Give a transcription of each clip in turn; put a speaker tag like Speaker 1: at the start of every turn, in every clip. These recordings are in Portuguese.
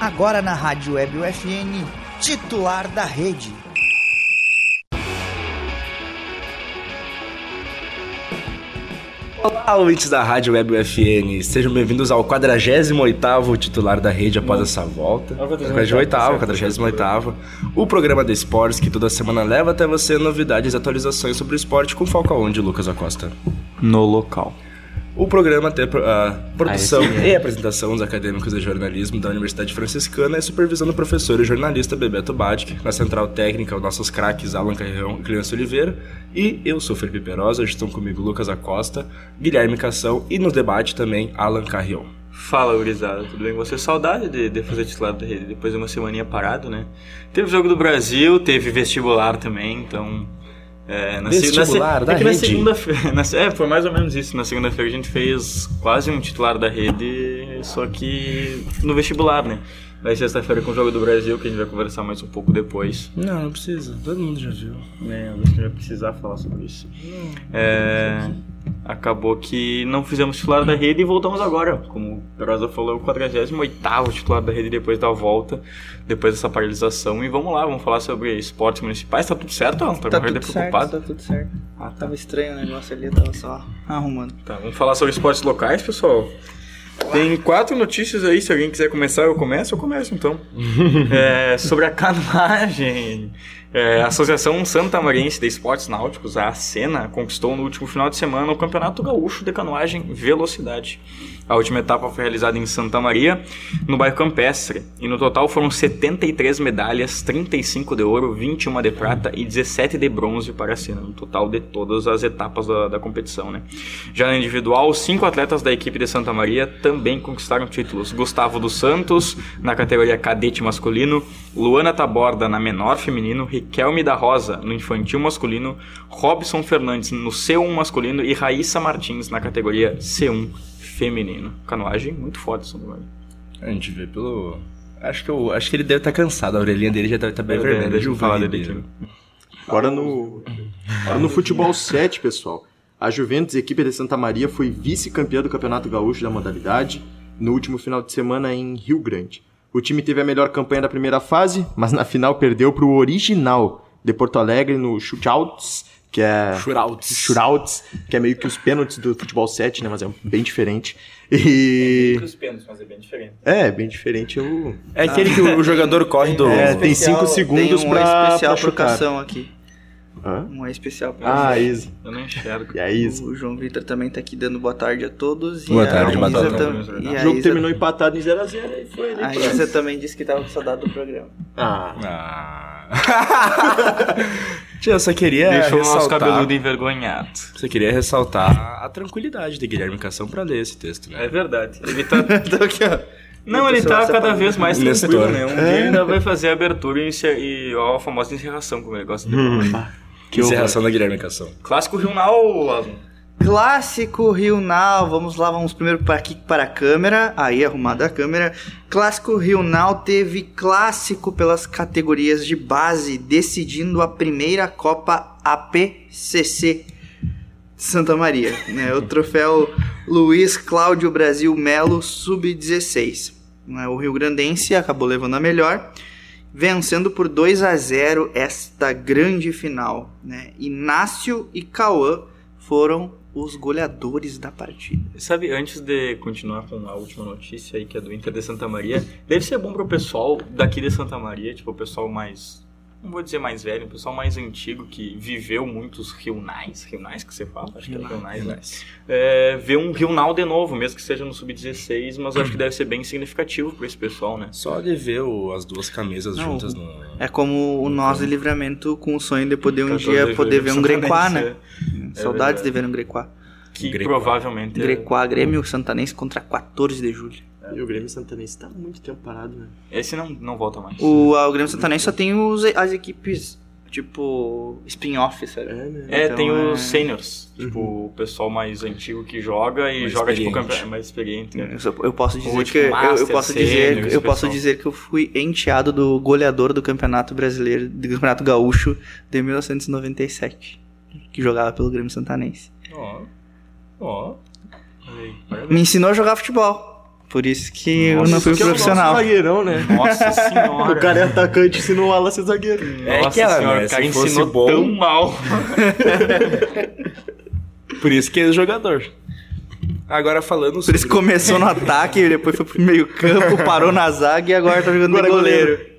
Speaker 1: agora na Rádio Web UFN, titular da rede.
Speaker 2: Olá, ouvintes da Rádio Web UFN, sejam bem-vindos ao 48º titular da rede após essa volta. 48º, 48º, o programa de esportes que toda semana leva até você novidades e atualizações sobre o esporte com foco aonde, Lucas Acosta?
Speaker 3: No local.
Speaker 2: O programa tem a produção e apresentação dos acadêmicos de jornalismo da Universidade Franciscana e supervisão do professor e jornalista Bebeto Badic, na central técnica, os nossos craques Alan Carreão e Cleança Oliveira, e eu sou Felipe Perosa, hoje estão comigo Lucas Acosta, Guilherme Cação e no debate também Alan Carreão.
Speaker 4: Fala, gurizada, tudo bem com vocês? Saudade de, de fazer titular da rede, depois de uma semaninha parado, né? Teve jogo do Brasil, teve vestibular também, então é, na,
Speaker 2: Vestibular
Speaker 4: na,
Speaker 2: da
Speaker 4: é que na
Speaker 2: rede.
Speaker 4: segunda-feira. na se- É, foi mais ou menos isso. Na segunda-feira a gente fez quase um titular da rede, só que no vestibular, né? Daí sexta-feira com o Jogo do Brasil, que a gente vai conversar mais um pouco depois.
Speaker 2: Não, não precisa, todo mundo já viu.
Speaker 4: Né? Acho que a gente vai precisar falar sobre isso. É, acabou que não fizemos titular da rede e voltamos agora. Como o Perosa falou, o 48 titular da rede depois da volta, depois dessa paralisação. E vamos lá, vamos falar sobre esportes municipais. Tá tudo certo, Alan? Tá,
Speaker 1: Tá
Speaker 4: com a
Speaker 1: tudo
Speaker 4: rede
Speaker 1: certo,
Speaker 4: preocupada?
Speaker 1: tá tudo certo.
Speaker 4: Ah, tá.
Speaker 1: Tava estranho o negócio ali, tava só arrumando.
Speaker 4: Tá, vamos falar sobre esportes locais, pessoal. Tem quatro notícias aí, se alguém quiser começar, eu começo, eu começo então. É, sobre a canoagem. É, a Associação Santa Marense de Esportes Náuticos, a Sena, conquistou no último final de semana o Campeonato Gaúcho de Canoagem Velocidade. A última etapa foi realizada em Santa Maria, no bairro Campestre, e no total foram 73 medalhas, 35 de ouro, 21 de prata e 17 de bronze para a Sena, no total de todas as etapas da, da competição, né? Já na individual, cinco atletas da equipe de Santa Maria também conquistaram títulos. Gustavo dos Santos, na categoria cadete masculino, Luana Taborda, na menor feminino, Riquelme da Rosa, no infantil masculino, Robson Fernandes, no C1 masculino e Raíssa Martins, na categoria C1 feminino. Canoagem muito foda, Santa Maria.
Speaker 2: A gente vê pelo... Acho que, eu, acho que ele deve estar cansado, a orelhinha dele já deve estar bem
Speaker 4: É,
Speaker 2: vermelha.
Speaker 4: deixa eu falar
Speaker 2: Giovanni
Speaker 4: dele
Speaker 2: dele.
Speaker 4: aqui.
Speaker 5: Agora no, agora no futebol 7, pessoal. A Juventus, equipe de Santa Maria, foi vice-campeã do Campeonato Gaúcho da modalidade no último final de semana em Rio Grande. O time teve a melhor campanha da primeira fase, mas na final perdeu para o Original de Porto Alegre no shootouts, que é
Speaker 2: Shootouts.
Speaker 5: shootouts, que é meio que os pênaltis do futebol 7, né, mas é bem diferente. E
Speaker 4: os pênaltis, mas é bem diferente.
Speaker 5: é, bem diferente o
Speaker 2: É aquele que o jogador corre do...
Speaker 5: É, tem cinco
Speaker 1: um tem
Speaker 5: segundos
Speaker 1: um
Speaker 5: pra-
Speaker 1: especial
Speaker 5: pra
Speaker 1: pro
Speaker 5: chutar.
Speaker 1: Cação aqui.
Speaker 5: Hã?
Speaker 1: Um especial pra
Speaker 5: Ah, é Isa.
Speaker 4: Eu não enxergo.
Speaker 2: É,
Speaker 5: E a Isa.
Speaker 1: O João Vitor também tá aqui dando boa tarde a todos.
Speaker 2: Boa
Speaker 1: e
Speaker 2: tarde,
Speaker 1: a Isa
Speaker 2: Batata.
Speaker 1: tam- e
Speaker 5: O
Speaker 1: a
Speaker 5: jogo
Speaker 1: Isa-
Speaker 5: terminou empatado em 0x0 e foi ali.
Speaker 1: A
Speaker 5: pra-
Speaker 1: Isa também disse que tava com saudade do programa.
Speaker 5: Ah.
Speaker 2: Ah. Tia, eu só queria
Speaker 4: Deixa o nosso
Speaker 2: ressaltar...
Speaker 4: cabeludo envergonhado.
Speaker 2: Só queria ressaltar a- a tranquilidade de Guilherme Cação pra ler esse texto, né?
Speaker 4: É verdade. Ele tá
Speaker 1: Então aqui, ó.
Speaker 4: Não, ele
Speaker 1: Pessoal É.
Speaker 4: tá cada
Speaker 1: separado.
Speaker 4: vez mais
Speaker 2: Nestor.
Speaker 4: tranquilo, né? Um dia ele ainda vai fazer a abertura e, encer- e ó, a famosa encerração, como ele gosta de falar.
Speaker 5: Que
Speaker 2: Encerração da Guilherme Cação.
Speaker 4: Clássico Rio Nau, Alan.
Speaker 1: Clássico Rio Now, vamos lá, vamos primeiro para aqui para a câmera, aí arrumada a câmera. Clássico Rio Now teve clássico pelas categorias de base, decidindo a primeira Copa APCC de Santa Maria, né? O troféu Luiz Cláudio Brasil Melo Sub-16. né? O Rio Grandense acabou levando a melhor, vencendo por 2 a 0 esta grande final, né? Inácio e Cauã foram os goleadores da partida.
Speaker 4: Sabe, antes de continuar com a última notícia aí, que é do Inter de Santa Maria, deve ser bom pro pessoal daqui de Santa Maria, tipo, o pessoal mais. Não vou dizer mais velho, o pessoal mais antigo que viveu muitos Rionais, Rionais que você fala, acho que é Rionais, né? É, ver um Rional de novo, mesmo que seja no Sub-16, mas eu acho que deve ser bem significativo pra esse pessoal, né?
Speaker 2: Só de ver o- as duas camisas
Speaker 1: Não,
Speaker 2: juntas no...
Speaker 1: É como
Speaker 4: Então,
Speaker 1: o nós de livramento com o sonho de poder um
Speaker 4: 14
Speaker 1: dia
Speaker 4: de
Speaker 1: poder
Speaker 4: julho,
Speaker 1: ver um grequá,
Speaker 4: Santanense,
Speaker 1: né? Saudades de ver um grequá.
Speaker 4: é, Que
Speaker 2: Grequá.
Speaker 4: provavelmente. é-
Speaker 1: Grequá, Grêmio Santanense contra 14 de julho.
Speaker 5: E o Grêmio Santanense tá muito tempo parado, né?
Speaker 4: Esse não, não volta mais.
Speaker 1: O, a- o Grêmio Santanense só tem os- as equipes, tipo, spin-off, sabe?
Speaker 5: né?
Speaker 4: É,
Speaker 1: então
Speaker 4: tem
Speaker 1: é-
Speaker 4: os seniors. Tipo, o pessoal mais antigo que joga e
Speaker 2: Uhum. Mais
Speaker 4: joga tipo
Speaker 2: experiente.
Speaker 4: campeão mais experiente. né?
Speaker 1: Eu, só- eu posso dizer
Speaker 4: último
Speaker 1: que eu- eu,
Speaker 4: Master,
Speaker 1: posso
Speaker 4: sênior,
Speaker 1: dizer,
Speaker 4: esse
Speaker 1: eu posso
Speaker 4: pessoal.
Speaker 1: dizer que eu fui enteado do goleador do Campeonato Brasileiro, do Campeonato Gaúcho de 1997, que jogava pelo Grêmio
Speaker 2: É.
Speaker 1: Santanense.
Speaker 2: Ó, ó.
Speaker 4: Olha aí.
Speaker 1: Me ensinou a jogar futebol. Por isso que eu não fui
Speaker 5: que é o nosso
Speaker 1: profissional.
Speaker 5: zagueirão, né?
Speaker 4: Nossa senhora.
Speaker 5: O cara é atacante, se não ala ser zagueiro.
Speaker 2: É
Speaker 4: Nossa
Speaker 2: que ela,
Speaker 4: senhora,
Speaker 2: né,
Speaker 4: o cara
Speaker 2: se fosse
Speaker 4: ensinou
Speaker 2: bom-
Speaker 4: tão mal.
Speaker 2: Por isso que é jogador. Agora falando
Speaker 1: Por
Speaker 2: sobre...
Speaker 1: isso que começou no ataque, depois foi pro meio campo, parou na zaga e agora tá jogando de
Speaker 5: Agora é
Speaker 1: goleiro.
Speaker 5: goleiro.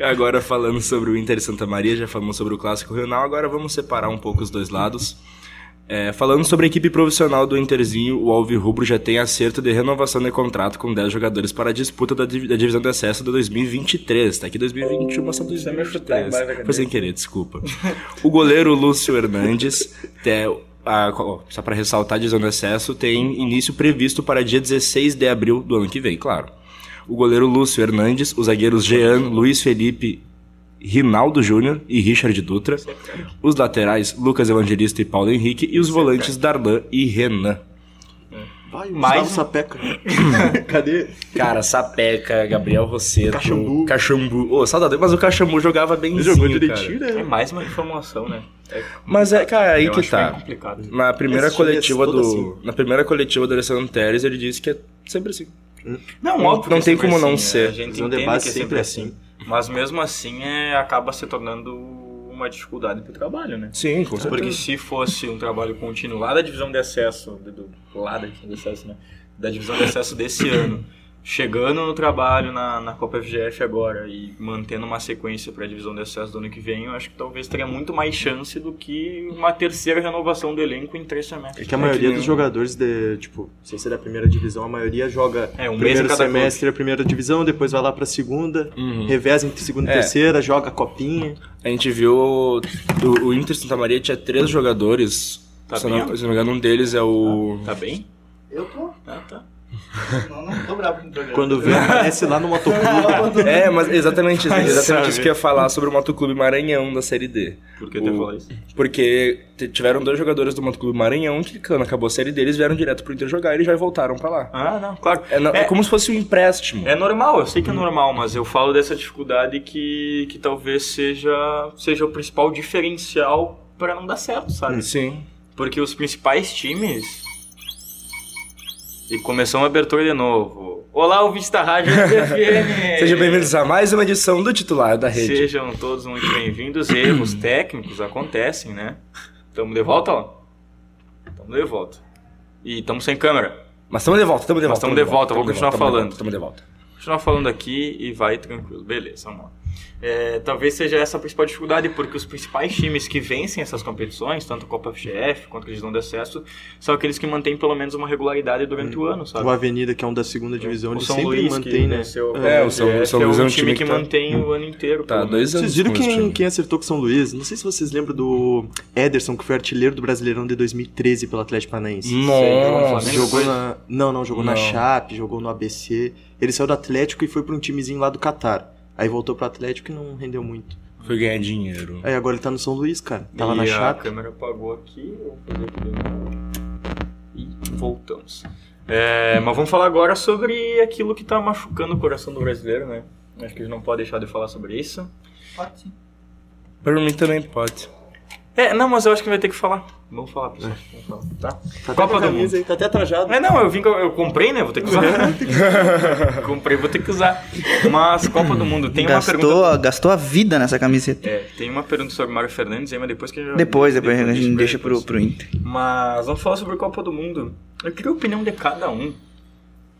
Speaker 2: Agora falando sobre o Inter e Santa Maria, já falamos sobre o Clássico Regional, agora vamos separar um pouco os dois lados. É, falando sobre a equipe profissional do Interzinho, o Alvi Rubro já tem acerto de renovação de contrato com 10 jogadores para a disputa da, div- da divisão de acesso de 2023. Tá aqui 2021, mas tá
Speaker 4: chutar embaixo da
Speaker 2: 2023. Foi
Speaker 4: cabeça.
Speaker 2: sem querer, desculpa. O goleiro Lúcio Hernandes, até, a- ó, só para ressaltar, a divisão de acesso tem início previsto para dia 16 de abril do ano que vem, claro. O goleiro Lúcio Hernandes, os zagueiros Jean, Luiz Felipe Rinaldo Júnior e Richard Dutra, os laterais Lucas Evangelista e Paulo Henrique e os volantes Darlan e Renan.
Speaker 5: Vai,
Speaker 4: Mais
Speaker 5: mais sapeca. Cadê?
Speaker 2: Cara, Sapeca, Gabriel Rosseto,
Speaker 5: Caxambu.
Speaker 2: Caxambu. Ô, saudade, mas o Caxambu jogava bem
Speaker 5: Ele jogou direitinho,
Speaker 4: É
Speaker 5: né?
Speaker 4: mais uma informação, né? É,
Speaker 2: Mas é, cara, aí
Speaker 4: eu
Speaker 2: que
Speaker 4: acho
Speaker 2: tá.
Speaker 4: bem complicado.
Speaker 2: Na primeira
Speaker 5: Esse time é
Speaker 2: coletiva
Speaker 5: todo
Speaker 2: do.
Speaker 5: assim.
Speaker 2: Na primeira coletiva do Alessandro Teres, ele disse que é sempre assim.
Speaker 4: Não,
Speaker 2: Não-
Speaker 4: óbvio.
Speaker 2: não
Speaker 4: que
Speaker 2: tem
Speaker 4: sempre
Speaker 2: como
Speaker 4: assim,
Speaker 2: não
Speaker 4: né?
Speaker 2: ser. um
Speaker 4: A gente
Speaker 5: Visão
Speaker 4: entende
Speaker 5: de
Speaker 4: que é
Speaker 5: base
Speaker 4: sempre,
Speaker 5: sempre
Speaker 4: assim. Mas mesmo assim, é, acaba se tornando uma dificuldade pro trabalho, né?
Speaker 2: Sim, com certeza.
Speaker 4: Porque se fosse um trabalho contínuo lá da divisão de acesso, do, do- lá da divisão de acesso, né? Da divisão de acesso desse ano, chegando no trabalho na, na Copa FGF agora e mantendo uma sequência para a divisão de acesso do ano que vem, eu acho que talvez teria muito mais chance do que uma terceira renovação do elenco em três
Speaker 5: É
Speaker 4: semestres.
Speaker 5: que a maioria
Speaker 2: nem
Speaker 5: dos
Speaker 2: um-
Speaker 5: jogadores de, tipo, sem ser da primeira divisão, a maioria joga
Speaker 4: É, um mês em
Speaker 5: primeiro
Speaker 4: cada
Speaker 5: semestre a primeira divisão, depois vai lá pra segunda, reveza entre segunda e
Speaker 2: É.
Speaker 5: terceira, joga a copinha.
Speaker 2: A gente viu. O, o Inter Santa Maria tinha três jogadores.
Speaker 4: Tá
Speaker 2: se, eu não,
Speaker 4: bem?
Speaker 2: se eu não me engano, um deles é o.
Speaker 4: Tá bem?
Speaker 1: Eu tô.
Speaker 4: Ah, tá.
Speaker 1: Não, não tô bravo com o programa.
Speaker 5: Quando vê, aparece lá no motoclube.
Speaker 2: É, mas exatamente, isso, exatamente
Speaker 4: sabe.
Speaker 2: isso que eu ia falar sobre o Motoclube Maranhão da Série D.
Speaker 4: Por que eu até
Speaker 2: O-
Speaker 4: falar isso?
Speaker 2: Porque t- tiveram dois jogadores do Motoclube Maranhão que, quando acabou a Série D, eles vieram direto pro Inter jogar e eles já voltaram pra lá.
Speaker 4: Ah, não, claro.
Speaker 2: É, no- é
Speaker 4: É.
Speaker 2: como se fosse um empréstimo.
Speaker 4: É normal, eu sei que é normal, mas eu falo dessa dificuldade que, que talvez seja, seja o principal diferencial para não dar certo, sabe?
Speaker 2: Sim.
Speaker 4: Porque os principais times. E começou uma abertura de novo. Olá, ouvintes da Rádio FM!
Speaker 2: Sejam bem-vindos a mais uma edição do titular da rede.
Speaker 4: Sejam todos muito bem-vindos. Erros técnicos acontecem, né? Tamo de volta, ó. Tamo de volta. E tamo sem câmera.
Speaker 2: Mas estamos de volta, estamos de volta.
Speaker 4: Mas tamo de volta, vou continuar falando.
Speaker 2: Estamos de volta.
Speaker 4: continuar falando aqui e vai tranquilo. Beleza, vamos lá. É, talvez seja essa a principal dificuldade, porque os principais times que vencem essas competições, tanto a Copa FGF quanto a divisão de acesso, são aqueles que mantêm pelo menos uma regularidade durante o ano, sabe?
Speaker 5: O Avenida, que é um da segunda divisão, ele
Speaker 4: São
Speaker 5: sempre
Speaker 4: Luís, que
Speaker 5: mantém, né?
Speaker 4: venceu a
Speaker 5: É,
Speaker 4: Copa
Speaker 2: é, o São-
Speaker 4: FGF,
Speaker 2: São Luís
Speaker 4: é um time que,
Speaker 2: tá-
Speaker 4: mantém o ano inteiro.
Speaker 2: Tá,
Speaker 4: pelo
Speaker 2: dois anos.
Speaker 5: Vocês viram
Speaker 2: com esse
Speaker 5: quem,
Speaker 2: time.
Speaker 5: quem acertou com São Luís? Não sei se vocês lembram do Ederson, que foi artilheiro do Brasileirão de 2013 pelo Atlético Paranaense.
Speaker 4: Sim,
Speaker 2: Nossa.
Speaker 4: jogou no
Speaker 5: Jogou
Speaker 4: Flamengo
Speaker 5: na. Não, não, jogou na
Speaker 2: Não.
Speaker 5: Chape, jogou no ABC. Ele saiu do Atlético e foi pra um timezinho lá do Catar. Aí voltou pro Atlético e não rendeu muito.
Speaker 2: Foi ganhar dinheiro.
Speaker 5: Aí agora ele tá no São Luís, cara.
Speaker 4: menos.
Speaker 5: Tava na
Speaker 4: E a
Speaker 5: Chape.
Speaker 4: câmera apagou aqui, eu vou fazer aqui de novo. E voltamos. É, mas vamos falar agora sobre aquilo que tá machucando o coração do brasileiro, né? Acho que a gente não pode deixar de falar sobre isso.
Speaker 2: Pra mim também pode.
Speaker 4: É, não, mas eu acho que vai ter que falar. Vamos falar, pessoal. Vamos falar, tá?
Speaker 5: Tá até
Speaker 4: Copa
Speaker 5: com a
Speaker 4: do
Speaker 5: camisa aí, tá até trajado.
Speaker 4: É, não, eu vim, com- eu comprei, né? Vou ter que usar. comprei, vou ter que usar. Mas Copa do Mundo, tem
Speaker 1: gastou,
Speaker 4: uma pergunta.
Speaker 1: gastou a vida nessa camiseta.
Speaker 4: É, tem uma pergunta sobre Mário Fernandes aí, mas depois que eu já.
Speaker 1: Depois, depois, a gente deixa pro,
Speaker 4: depois.
Speaker 1: pro Inter.
Speaker 4: Mas vamos falar sobre Copa do Mundo. Eu queria a opinião de cada um.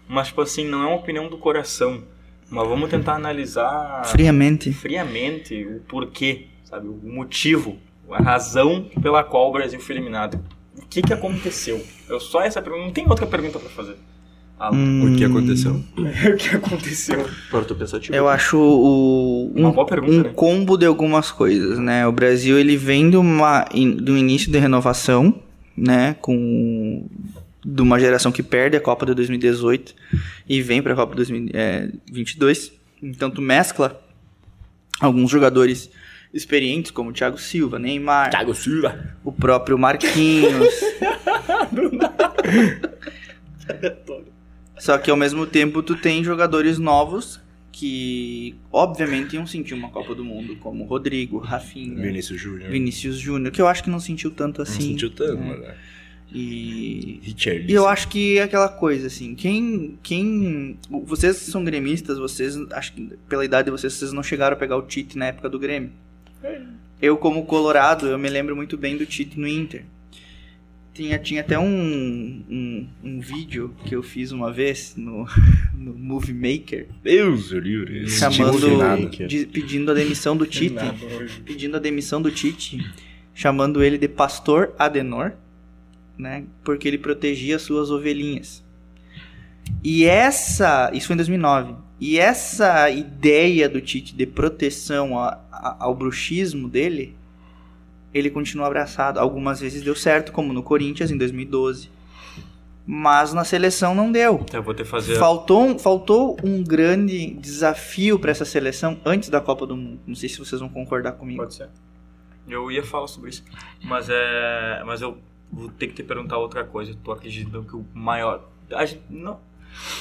Speaker 4: Mas, tipo assim, não é uma opinião do coração. Mas vamos tentar analisar
Speaker 1: Friamente.
Speaker 4: friamente o porquê, sabe? O motivo, a razão pela qual o Brasil foi eliminado. O que que aconteceu? Eu só essa pergunta, não tem outra pergunta pra fazer. Ah,
Speaker 2: O que aconteceu?
Speaker 4: O que aconteceu?
Speaker 5: Pô, eu tô pensativo.
Speaker 1: Eu acho o, um,
Speaker 4: Uma boa pergunta,
Speaker 1: um
Speaker 4: né?
Speaker 1: combo de algumas coisas, né? O Brasil ele vem de uma in- do início de renovação, né? Com de uma geração que perde a Copa de 2018 e vem para a Copa é, de 2022. Então tu mescla alguns jogadores experientes como Thiago Silva, Neymar,
Speaker 2: Thiago Silva.
Speaker 1: o próprio Marquinhos. Só que ao mesmo tempo tu tem jogadores novos que obviamente iam sentir uma Copa do Mundo, como Rodrigo, Rafinha,
Speaker 2: Vinícius Júnior.
Speaker 1: Vinícius Júnior, que eu acho que não sentiu tanto
Speaker 2: Não
Speaker 1: assim.
Speaker 2: sentiu tanto, mas... é.
Speaker 1: E,
Speaker 2: Richard.
Speaker 1: e eu acho que é aquela coisa, assim, quem. quem vocês são gremistas, vocês. Acho que pela idade de vocês, vocês não chegaram a pegar o Tite na época do Grêmio. Eu, como Colorado, eu me lembro muito bem do Tite no Inter. Tinha, tinha até um, um, um vídeo que eu fiz uma vez no, no Movie Maker
Speaker 2: Deus, o livre. tipo
Speaker 1: chamando,
Speaker 5: Maker.
Speaker 1: de- pedindo a demissão do Tite, pedindo a demissão do Tite, chamando ele de Pastor Adenor, né, porque ele protegia suas ovelhinhas. E essa, isso foi em 2009. E essa ideia do Tite de proteção a- a- ao bruxismo dele, ele continua abraçado. Algumas vezes deu certo, como no Corinthians em 2012. Mas na seleção não deu.
Speaker 4: Eu vou ter que fazer.
Speaker 1: Faltou, um- faltou um grande desafio para essa seleção antes da Copa do Mundo. Não sei se vocês vão concordar comigo.
Speaker 4: Pode ser. Eu ia falar sobre isso, mas é, mas eu vou ter que te perguntar outra coisa. Tu acredita que o maior, a, gente- não,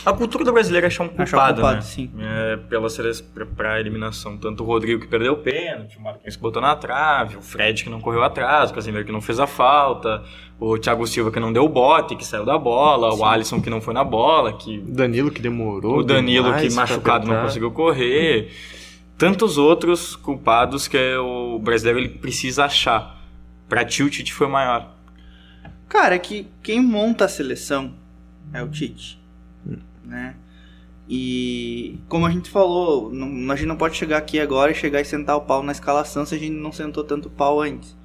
Speaker 4: a cultura do brasileiro é achar um culpado,
Speaker 1: Achar um culpado,
Speaker 4: né?
Speaker 1: sim.
Speaker 4: É, pela seleção pra, pra eliminação, tanto o Rodrigo que perdeu o pênalti, o Marquinhos que botou na trave, o Fred que não correu atrás, o Casemiro que não fez a falta, o Thiago Silva que não deu o bote, que saiu da bola, o Alisson que não foi na bola, que
Speaker 5: Danilo que demorou.
Speaker 4: o Danilo que
Speaker 5: demais pra
Speaker 4: machucado não
Speaker 5: apertar.
Speaker 4: conseguiu correr. Tantos outros culpados que o brasileiro ele precisa achar. Pra ti o Tite foi maior.
Speaker 1: Cara, é que quem monta a seleção é o Tite, né? E como a gente falou, não- a gente não pode chegar aqui agora e chegar e sentar o pau na escalação se a gente não sentou tanto pau antes.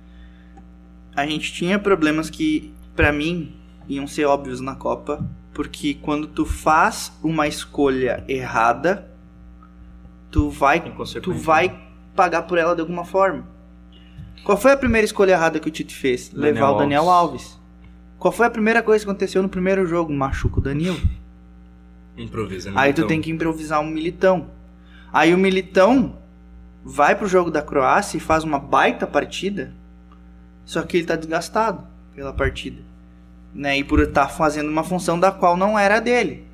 Speaker 1: A gente tinha problemas que, pra mim, iam ser óbvios na Copa, porque quando tu faz uma escolha errada, tu vai
Speaker 4: Em consequência. Ah,
Speaker 1: tu vai pagar por ela de alguma forma. Qual foi a primeira escolha errada que o Tite fez?
Speaker 4: Daniel
Speaker 1: Levar o Daniel Alves. Qual foi a primeira coisa que aconteceu no primeiro jogo? Machuca o Danilo.
Speaker 2: Improvisa, né?
Speaker 1: Aí tu
Speaker 2: Então,
Speaker 1: tem que improvisar um militão. Aí o militão vai pro jogo da Croácia e faz uma baita partida, só que ele tá desgastado pela partida. Né? E por estar fazendo uma função da qual não era a dele.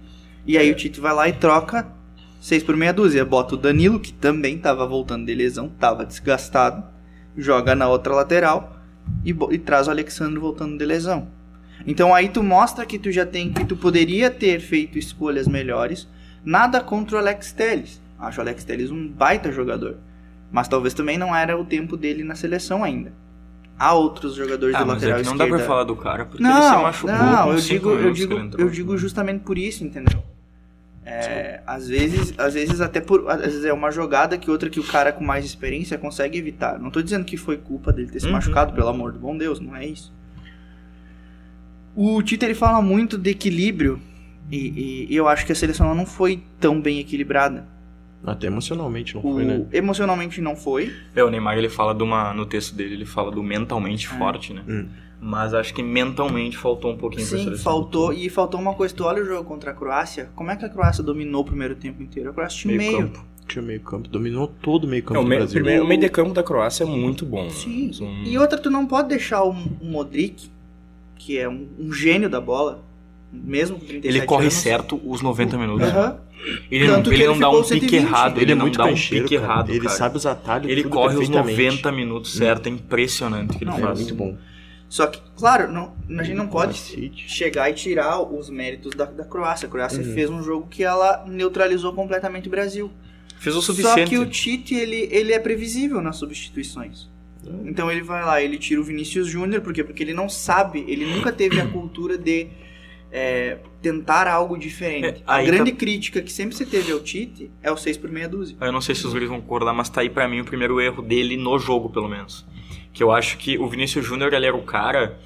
Speaker 1: E aí o Tite vai lá e troca 6 por meia dúzia. Bota o Danilo, que também tava voltando de lesão, tava desgastado, joga na outra lateral e, bo- e traz o Alexandre voltando de lesão. Então aí tu mostra que tu já tem que tu poderia ter feito escolhas melhores. Nada contra o Alex Telles. Acho o Alex Telles um baita jogador, mas talvez também não era o tempo dele na seleção ainda. Há outros jogadores
Speaker 4: Ah,
Speaker 1: do
Speaker 4: mas é
Speaker 1: lateral
Speaker 4: que não
Speaker 1: esquerda.
Speaker 4: dá pra falar do cara porque ele se
Speaker 1: Não,
Speaker 4: machucou.
Speaker 1: não,
Speaker 4: com
Speaker 1: eu
Speaker 4: cinco
Speaker 1: digo, eu
Speaker 4: minutos um que
Speaker 1: digo,
Speaker 4: ele entrou.
Speaker 1: eu digo justamente por isso, entendeu? É, às vezes, às vezes até por, às vezes é uma jogada que outra que o cara com mais experiência consegue evitar. Não tô dizendo que foi culpa dele ter se
Speaker 4: Uhum.
Speaker 1: machucado, pelo amor do bom Deus, não é isso. O Tite ele fala muito de equilíbrio e, e eu acho que a seleção ela não foi tão bem equilibrada.
Speaker 5: Até emocionalmente não
Speaker 1: O-
Speaker 5: foi, né?
Speaker 1: Emocionalmente não foi.
Speaker 4: É, o Neymar ele fala de uma. No texto dele, ele fala do
Speaker 1: É.
Speaker 4: mentalmente forte, né?
Speaker 5: Hum.
Speaker 4: Mas acho que mentalmente faltou um pouquinho pra
Speaker 1: Sim,
Speaker 4: seleção.
Speaker 1: faltou e faltou uma coisa. Tu olha o jogo contra a Croácia. Como é que a Croácia dominou o primeiro tempo inteiro? A Croácia tinha
Speaker 4: Meio
Speaker 1: um meio.
Speaker 4: campo.
Speaker 5: Tinha meio campo, dominou todo o meio
Speaker 2: é,
Speaker 5: campo
Speaker 2: o,
Speaker 5: do
Speaker 2: meio,
Speaker 5: Brasil.
Speaker 2: primeiro, o meio de campo da Croácia é muito bom. né?
Speaker 1: Sim.
Speaker 2: São-
Speaker 4: Hum.
Speaker 1: E outra, tu não pode deixar o, o Modric, que é um, um gênio da bola, mesmo com 37
Speaker 4: Ele corre né?
Speaker 1: anos.
Speaker 4: certo os 90 minutos.
Speaker 1: Aham.
Speaker 4: Ele, não,
Speaker 1: Tanto que
Speaker 4: ele
Speaker 1: ele
Speaker 4: não dá
Speaker 1: ficou
Speaker 4: um pique
Speaker 1: 120.
Speaker 4: errado. Uhum. Ele,
Speaker 5: Ele, é
Speaker 4: não
Speaker 5: muito
Speaker 4: dá um
Speaker 5: cancheiro,
Speaker 4: pique
Speaker 5: cara.
Speaker 4: errado.
Speaker 5: Ele
Speaker 4: cara.
Speaker 5: sabe os atalhos
Speaker 4: Ele
Speaker 5: tudo
Speaker 4: corre os
Speaker 5: perfeitamente.
Speaker 4: 90 minutos certo, é impressionante o que ele
Speaker 1: Não,
Speaker 5: É
Speaker 4: faz.
Speaker 5: muito bom.
Speaker 1: Só que, claro, não, a gente não pode
Speaker 5: Cacete.
Speaker 1: chegar e tirar os méritos da, da Croácia. A Croácia
Speaker 5: Uhum.
Speaker 1: fez um jogo que ela neutralizou completamente o Brasil.
Speaker 4: Fez o
Speaker 1: Só
Speaker 4: suficiente.
Speaker 1: que o Tite, ele, ele é previsível nas substituições.
Speaker 4: É.
Speaker 1: Então ele vai lá, ele tira o Vinícius Júnior, por quê? Porque ele não sabe, ele nunca teve a cultura de é, tentar algo diferente.
Speaker 4: É,
Speaker 1: a
Speaker 4: aí
Speaker 1: grande crítica que sempre se teve ao Tite é o 6 por meia dúzia.
Speaker 4: Eu não sei se os guris vão concordar, mas tá aí pra mim o primeiro erro dele no jogo, pelo menos. Que eu acho que o Vinícius Júnior, ele era o cara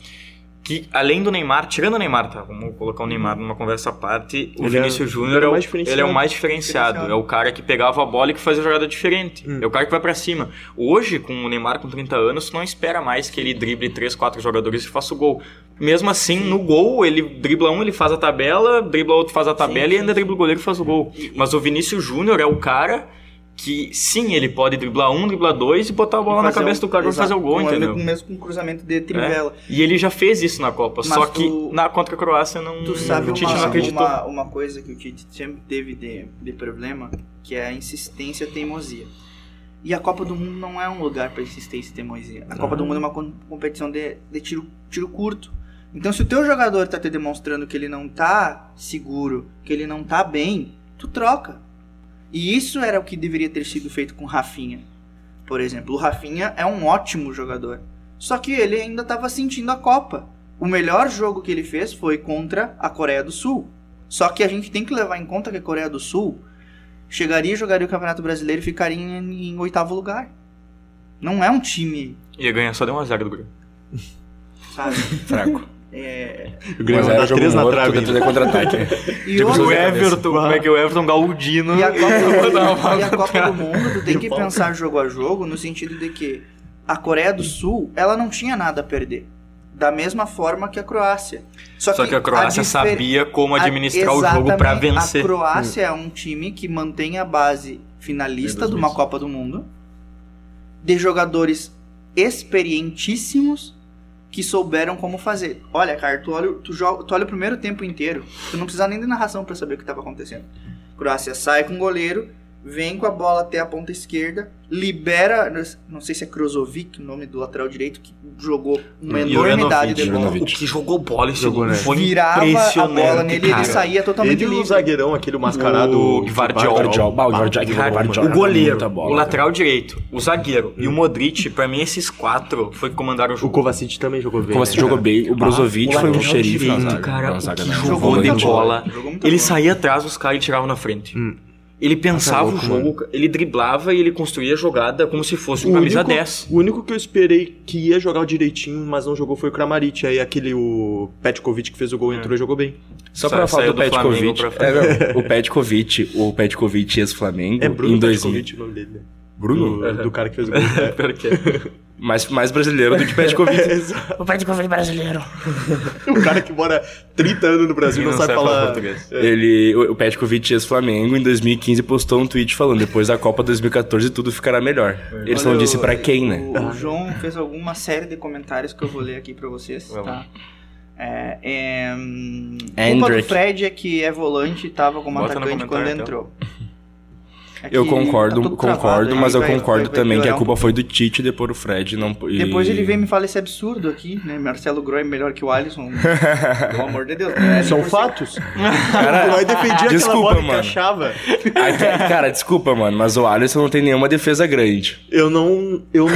Speaker 4: que, além do Neymar, tirando o Neymar, tá? Vamos colocar o Neymar numa conversa à parte. O
Speaker 5: Ele é-
Speaker 4: Vinícius Júnior
Speaker 5: ele
Speaker 4: é,
Speaker 5: é o
Speaker 4: o-
Speaker 5: mais diferenciado.
Speaker 4: ele é o mais diferenciado. É o cara que pegava a bola e que fazia jogada diferente.
Speaker 5: Hum.
Speaker 4: É o cara que vai pra cima. Hoje, com o Neymar com 30 anos, tu não espera mais que ele drible 3, 4 jogadores e faça o gol. Mesmo assim, no gol, ele dribla um, ele faz a tabela, dribla outro, faz a tabela e
Speaker 1: sim,
Speaker 4: ainda
Speaker 1: sim.
Speaker 4: dribla o goleiro e faz o gol. Mas o Vinícius Júnior é o cara que, sim, ele pode driblar um, driblar dois e botar a bola na
Speaker 1: Fazer
Speaker 4: cabeça
Speaker 1: o-
Speaker 4: do cara pra
Speaker 1: exato,
Speaker 4: fazer um o gol,
Speaker 1: um com-
Speaker 4: entendeu? É.
Speaker 1: Mesmo com cruzamento de trivela.
Speaker 4: E ele já fez isso na Copa,
Speaker 1: Mas
Speaker 4: só que
Speaker 1: tu-
Speaker 4: na contra a Croácia não,
Speaker 1: Tu sabe
Speaker 4: o Tite não
Speaker 1: uma,
Speaker 4: acreditou.
Speaker 1: uma, uma coisa que o Tite sempre teve de, de problema, que é a insistência e teimosia. E a Copa do Mundo não é um lugar para insistência e teimosia. A Copa do Mundo é uma com- competição de, de tiro, tiro curto. Então, se o teu jogador tá te demonstrando que ele não tá seguro, que ele não tá bem, tu troca. E isso era o que deveria ter sido feito com o Rafinha. Por exemplo, o Rafinha é um ótimo jogador. Só que ele ainda estava sentindo a Copa. O melhor jogo que ele fez foi contra a Coreia do Sul. Só que a gente tem que levar em conta que a Coreia do Sul chegaria e jogaria o Campeonato Brasileiro e ficaria em, em oitavo lugar. Não é um time,
Speaker 4: Ia ganhar só de uma zaga do Grêmio.
Speaker 1: sabe?
Speaker 2: Fraco.
Speaker 1: É...
Speaker 2: O Grêmio
Speaker 5: Mas
Speaker 2: tá
Speaker 5: dá
Speaker 2: jogando
Speaker 5: três na
Speaker 2: morto,
Speaker 5: trave
Speaker 2: tá tudo é contra-ataque.
Speaker 1: E,
Speaker 2: Tipo,
Speaker 1: outra-
Speaker 4: O
Speaker 2: Zé
Speaker 4: Everton, como é que é o Everton Galdino?
Speaker 1: um e a Copa,
Speaker 4: Vou dar uma
Speaker 1: do, e a
Speaker 4: palavra
Speaker 1: Copa
Speaker 4: pra-
Speaker 1: do Mundo, tu tem que pensar jogo a jogo no sentido de que a Coreia do Sul, ela não tinha nada a perder. Da mesma forma que a Croácia.
Speaker 4: Só que a Croácia
Speaker 1: difer-
Speaker 4: sabia como
Speaker 1: a-
Speaker 4: administrar o jogo pra
Speaker 1: exatamente,
Speaker 4: vencer.
Speaker 1: A Croácia é um time que mantém a base finalista
Speaker 2: Em
Speaker 1: de uma
Speaker 2: 2000.
Speaker 1: Copa do Mundo, de jogadores experientíssimos que souberam como fazer. Olha, cara, tu olha, tu, joga, tu olha o primeiro tempo inteiro, tu não precisa nem de narração pra saber o que tava acontecendo. Croácia sai com o goleiro, vem com a bola até a ponta esquerda, libera, não sei se é Krozovic, o nome do lateral direito, que jogou uma
Speaker 4: E o
Speaker 1: enormidade de
Speaker 2: Jovanovic,
Speaker 1: bola.
Speaker 4: O que jogou bola esse
Speaker 5: Jogou, né?
Speaker 4: foi
Speaker 1: Virava a
Speaker 4: impressionante,
Speaker 1: bola nele e ele
Speaker 4: cara.
Speaker 1: saía totalmente
Speaker 5: Ele e o
Speaker 1: livre.
Speaker 5: zagueirão, aquele mascarado.
Speaker 4: O
Speaker 5: que
Speaker 4: Gvardiol.
Speaker 5: vai-
Speaker 2: Gvardiol. Bah, o
Speaker 5: É
Speaker 2: Gvardiol que jogou
Speaker 4: O
Speaker 2: Gvardiol.
Speaker 5: Gvardiol.
Speaker 4: goleiro,
Speaker 2: Muita bola,
Speaker 4: o lateral direito, o zagueiro e o Modric, pra mim esses quatro foi que comandaram o
Speaker 5: Hum. O
Speaker 4: jogo.
Speaker 5: Kovacic também jogou bem. né?
Speaker 2: Como você jogou bem, o Brozovic
Speaker 4: Ah,
Speaker 2: foi um
Speaker 4: lateral
Speaker 2: xerife na
Speaker 4: direito,
Speaker 2: zaga.
Speaker 4: cara,
Speaker 2: na zaga,
Speaker 4: o que
Speaker 2: não,
Speaker 4: jogou
Speaker 2: volante.
Speaker 4: de bola.
Speaker 1: Jogou muita
Speaker 4: Ele
Speaker 1: bola.
Speaker 4: saía atrás dos caras e tirava na frente. Ele pensava
Speaker 5: Hum. Tá louco,
Speaker 4: o jogo, ele driblava e ele construía a jogada como se fosse um
Speaker 5: O
Speaker 4: camisa
Speaker 5: único-
Speaker 4: 10.
Speaker 5: O único que eu esperei que ia jogar direitinho, mas não jogou foi o Kramaric. Aí aquele o Petkovic que fez o gol entrou e jogou bem.
Speaker 2: Só
Speaker 4: Sa-
Speaker 2: pra falar
Speaker 4: saiu
Speaker 2: do
Speaker 4: do Flamengo
Speaker 2: Petkovic.
Speaker 4: pra-
Speaker 2: É, não, o Petkovic, o Petkovic ex-Flamengo
Speaker 5: É Bruno
Speaker 2: em 2000.
Speaker 5: Petkovic o nome dele. né?
Speaker 2: Bruno?
Speaker 5: Do, do cara que fez o gol. É.
Speaker 4: Pera que-
Speaker 2: Mais, mais brasileiro do que Petkovic.
Speaker 5: Exato. o cara que mora 30 anos no Brasil
Speaker 4: E
Speaker 5: não,
Speaker 4: não
Speaker 5: sabe
Speaker 4: sabe falar
Speaker 5: falar.
Speaker 4: português.
Speaker 1: É.
Speaker 2: Ele, o o Petkovic ex-Flamengo, em 2015 postou um tweet falando depois da Copa 2014 tudo ficará melhor. Ele só não
Speaker 1: É. Olha,
Speaker 2: disse
Speaker 1: o-
Speaker 2: pra quem, né?
Speaker 1: O, o João fez alguma série de comentários que eu vou ler aqui pra vocês,
Speaker 4: Vamos.
Speaker 1: tá? É, é, hum, culpa do
Speaker 2: Hendrick.
Speaker 1: Fred é que é volante e tava como
Speaker 4: Bota no
Speaker 1: atacante quando
Speaker 4: comentário, então.
Speaker 1: entrou. É
Speaker 2: Eu
Speaker 1: que tá
Speaker 2: concordo,
Speaker 1: tudo travado,
Speaker 2: concordo,
Speaker 1: aí
Speaker 2: mas eu
Speaker 1: vai-
Speaker 2: concordo
Speaker 1: vai- vai
Speaker 2: também que a
Speaker 1: piorar um
Speaker 2: culpa foi do Tite e depois o Fred não. e-
Speaker 1: Depois ele vem e me fala esse absurdo aqui, né? Marcelo Groy é melhor que o Alisson. Pelo amor de Deus. né?
Speaker 2: é
Speaker 5: São
Speaker 2: um
Speaker 1: Por si-
Speaker 5: fatos.
Speaker 2: Cara,
Speaker 5: Vai defender aquela
Speaker 2: desculpa,
Speaker 5: bola que
Speaker 2: mano.
Speaker 5: achava.
Speaker 2: Ai, ca- cara, desculpa, mano, mas o Alisson não tem nenhuma defesa grande.
Speaker 5: Eu não. Eu não,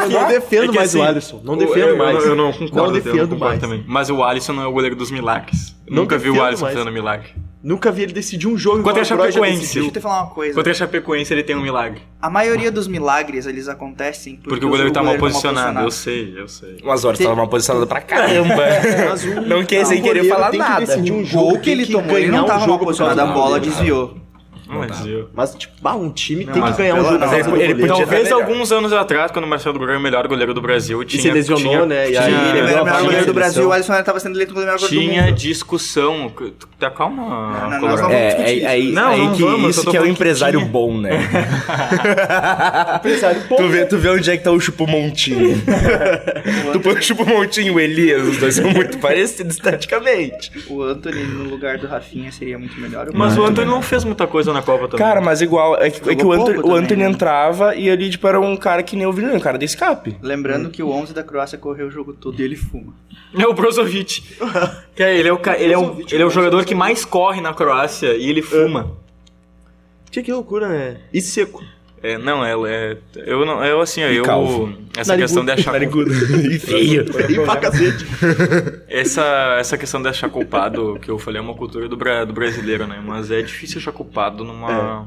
Speaker 5: eu não defendo
Speaker 2: É que
Speaker 5: mais o
Speaker 2: assim,
Speaker 5: Alisson. Não
Speaker 4: Eu-
Speaker 5: defendo
Speaker 4: eu, Eu,
Speaker 5: mais.
Speaker 4: não, eu não concordo,
Speaker 5: Não
Speaker 4: eu
Speaker 5: defendo
Speaker 4: concordo
Speaker 5: mais.
Speaker 4: também. Mas o Alisson não é o goleiro dos milagres.
Speaker 5: Não
Speaker 4: Nunca vi o
Speaker 5: defendo
Speaker 4: Alisson
Speaker 5: mais.
Speaker 4: fazendo milagre.
Speaker 5: Nunca vi ele decidir um jogo
Speaker 4: Contra
Speaker 5: igual
Speaker 4: a
Speaker 5: o Broja
Speaker 4: Chapecoense.
Speaker 5: decidiu.
Speaker 1: Deixa eu te falar uma coisa.
Speaker 4: Contra a Chapecoense ele tem um milagre.
Speaker 1: A maioria dos milagres, eles acontecem porque, é
Speaker 4: Porque o goleiro tá mal posicionado.
Speaker 1: posicionado.
Speaker 4: Eu sei, eu sei.
Speaker 2: Mas o Alisson tava mal posicionado pra caramba.
Speaker 5: Mas o-
Speaker 2: Não quer sem
Speaker 5: o
Speaker 2: querer
Speaker 5: goleiro
Speaker 2: falar
Speaker 5: tem que
Speaker 2: nada.
Speaker 5: decidir
Speaker 1: O
Speaker 5: um jogo,
Speaker 1: gol que
Speaker 5: tem
Speaker 1: ele tomou, ele
Speaker 5: ganhar
Speaker 1: não
Speaker 5: um
Speaker 1: tava
Speaker 5: jogo
Speaker 1: mal
Speaker 5: por causa
Speaker 1: posicionado, a
Speaker 5: do
Speaker 1: bola
Speaker 5: goleiro.
Speaker 1: desviou.
Speaker 4: Mas eu...
Speaker 5: Mas, tipo, ah, um time
Speaker 1: Não,
Speaker 5: tem que
Speaker 1: mas
Speaker 5: ganhar um
Speaker 1: pela-
Speaker 5: jogo.
Speaker 1: mas
Speaker 5: por
Speaker 1: ele-
Speaker 5: causa do
Speaker 2: ele
Speaker 5: goleiro.
Speaker 2: podia-
Speaker 4: Talvez
Speaker 2: melhor.
Speaker 4: alguns anos atrás, quando o Marcelo Groy é o melhor goleiro do Brasil, tinha...
Speaker 5: se lesionou,
Speaker 4: tinha-
Speaker 5: né? E aí
Speaker 1: Ele
Speaker 5: ele
Speaker 1: era o
Speaker 5: levou a
Speaker 1: melhor
Speaker 5: partida
Speaker 1: goleiro do
Speaker 5: da
Speaker 1: Brasil,
Speaker 5: seleção.
Speaker 1: o Alisson tava sendo eleito o melhor goleiro do mundo.
Speaker 4: Tinha discussão. Tá calma.
Speaker 1: Não, não,
Speaker 4: Colorado.
Speaker 1: nós
Speaker 2: É, é, é,
Speaker 4: Não,
Speaker 2: aí
Speaker 4: não
Speaker 2: que
Speaker 4: vamos, eu só
Speaker 2: isso
Speaker 4: tô
Speaker 2: que é o
Speaker 4: falando que
Speaker 2: empresário
Speaker 4: tinha.
Speaker 2: bom, né?
Speaker 5: Empresário, pô,
Speaker 2: tu, vê, tu vê onde é que tá o Chupomontinho. tu põe o Chupomontinho e o Elias, os dois são muito parecidos esteticamente.
Speaker 1: O Anthony no lugar do Rafinha seria muito melhor. Eu
Speaker 4: Mas o
Speaker 1: concordo.
Speaker 4: Antônio não fez muita coisa na Copa também.
Speaker 2: Cara, mas igual, é que, é que
Speaker 1: Jogou
Speaker 2: o, Anthony,
Speaker 1: pouco
Speaker 2: o
Speaker 1: também,
Speaker 2: Anthony
Speaker 1: né?
Speaker 2: entrava e ele, tipo, era um cara que nem o Vilhão, um cara de escape.
Speaker 1: Lembrando que o 11 da Croácia correu o jogo todo e ele fuma.
Speaker 4: É o Brozovic. Que é, ele é o, ca- ele é o, ele é o jogador que mais corre na Croácia e ele fuma.
Speaker 5: Tinha que loucura, né? E seco.
Speaker 4: É, não, é, é- eu não, eu assim, ó, eu
Speaker 2: calvo.
Speaker 4: essa questão de achar culpa-
Speaker 2: e feio.
Speaker 5: E É. pra cacete.
Speaker 4: essa essa questão de achar culpado que eu falei é uma cultura do, bra- do brasileiro, né? Mas é difícil achar culpado numa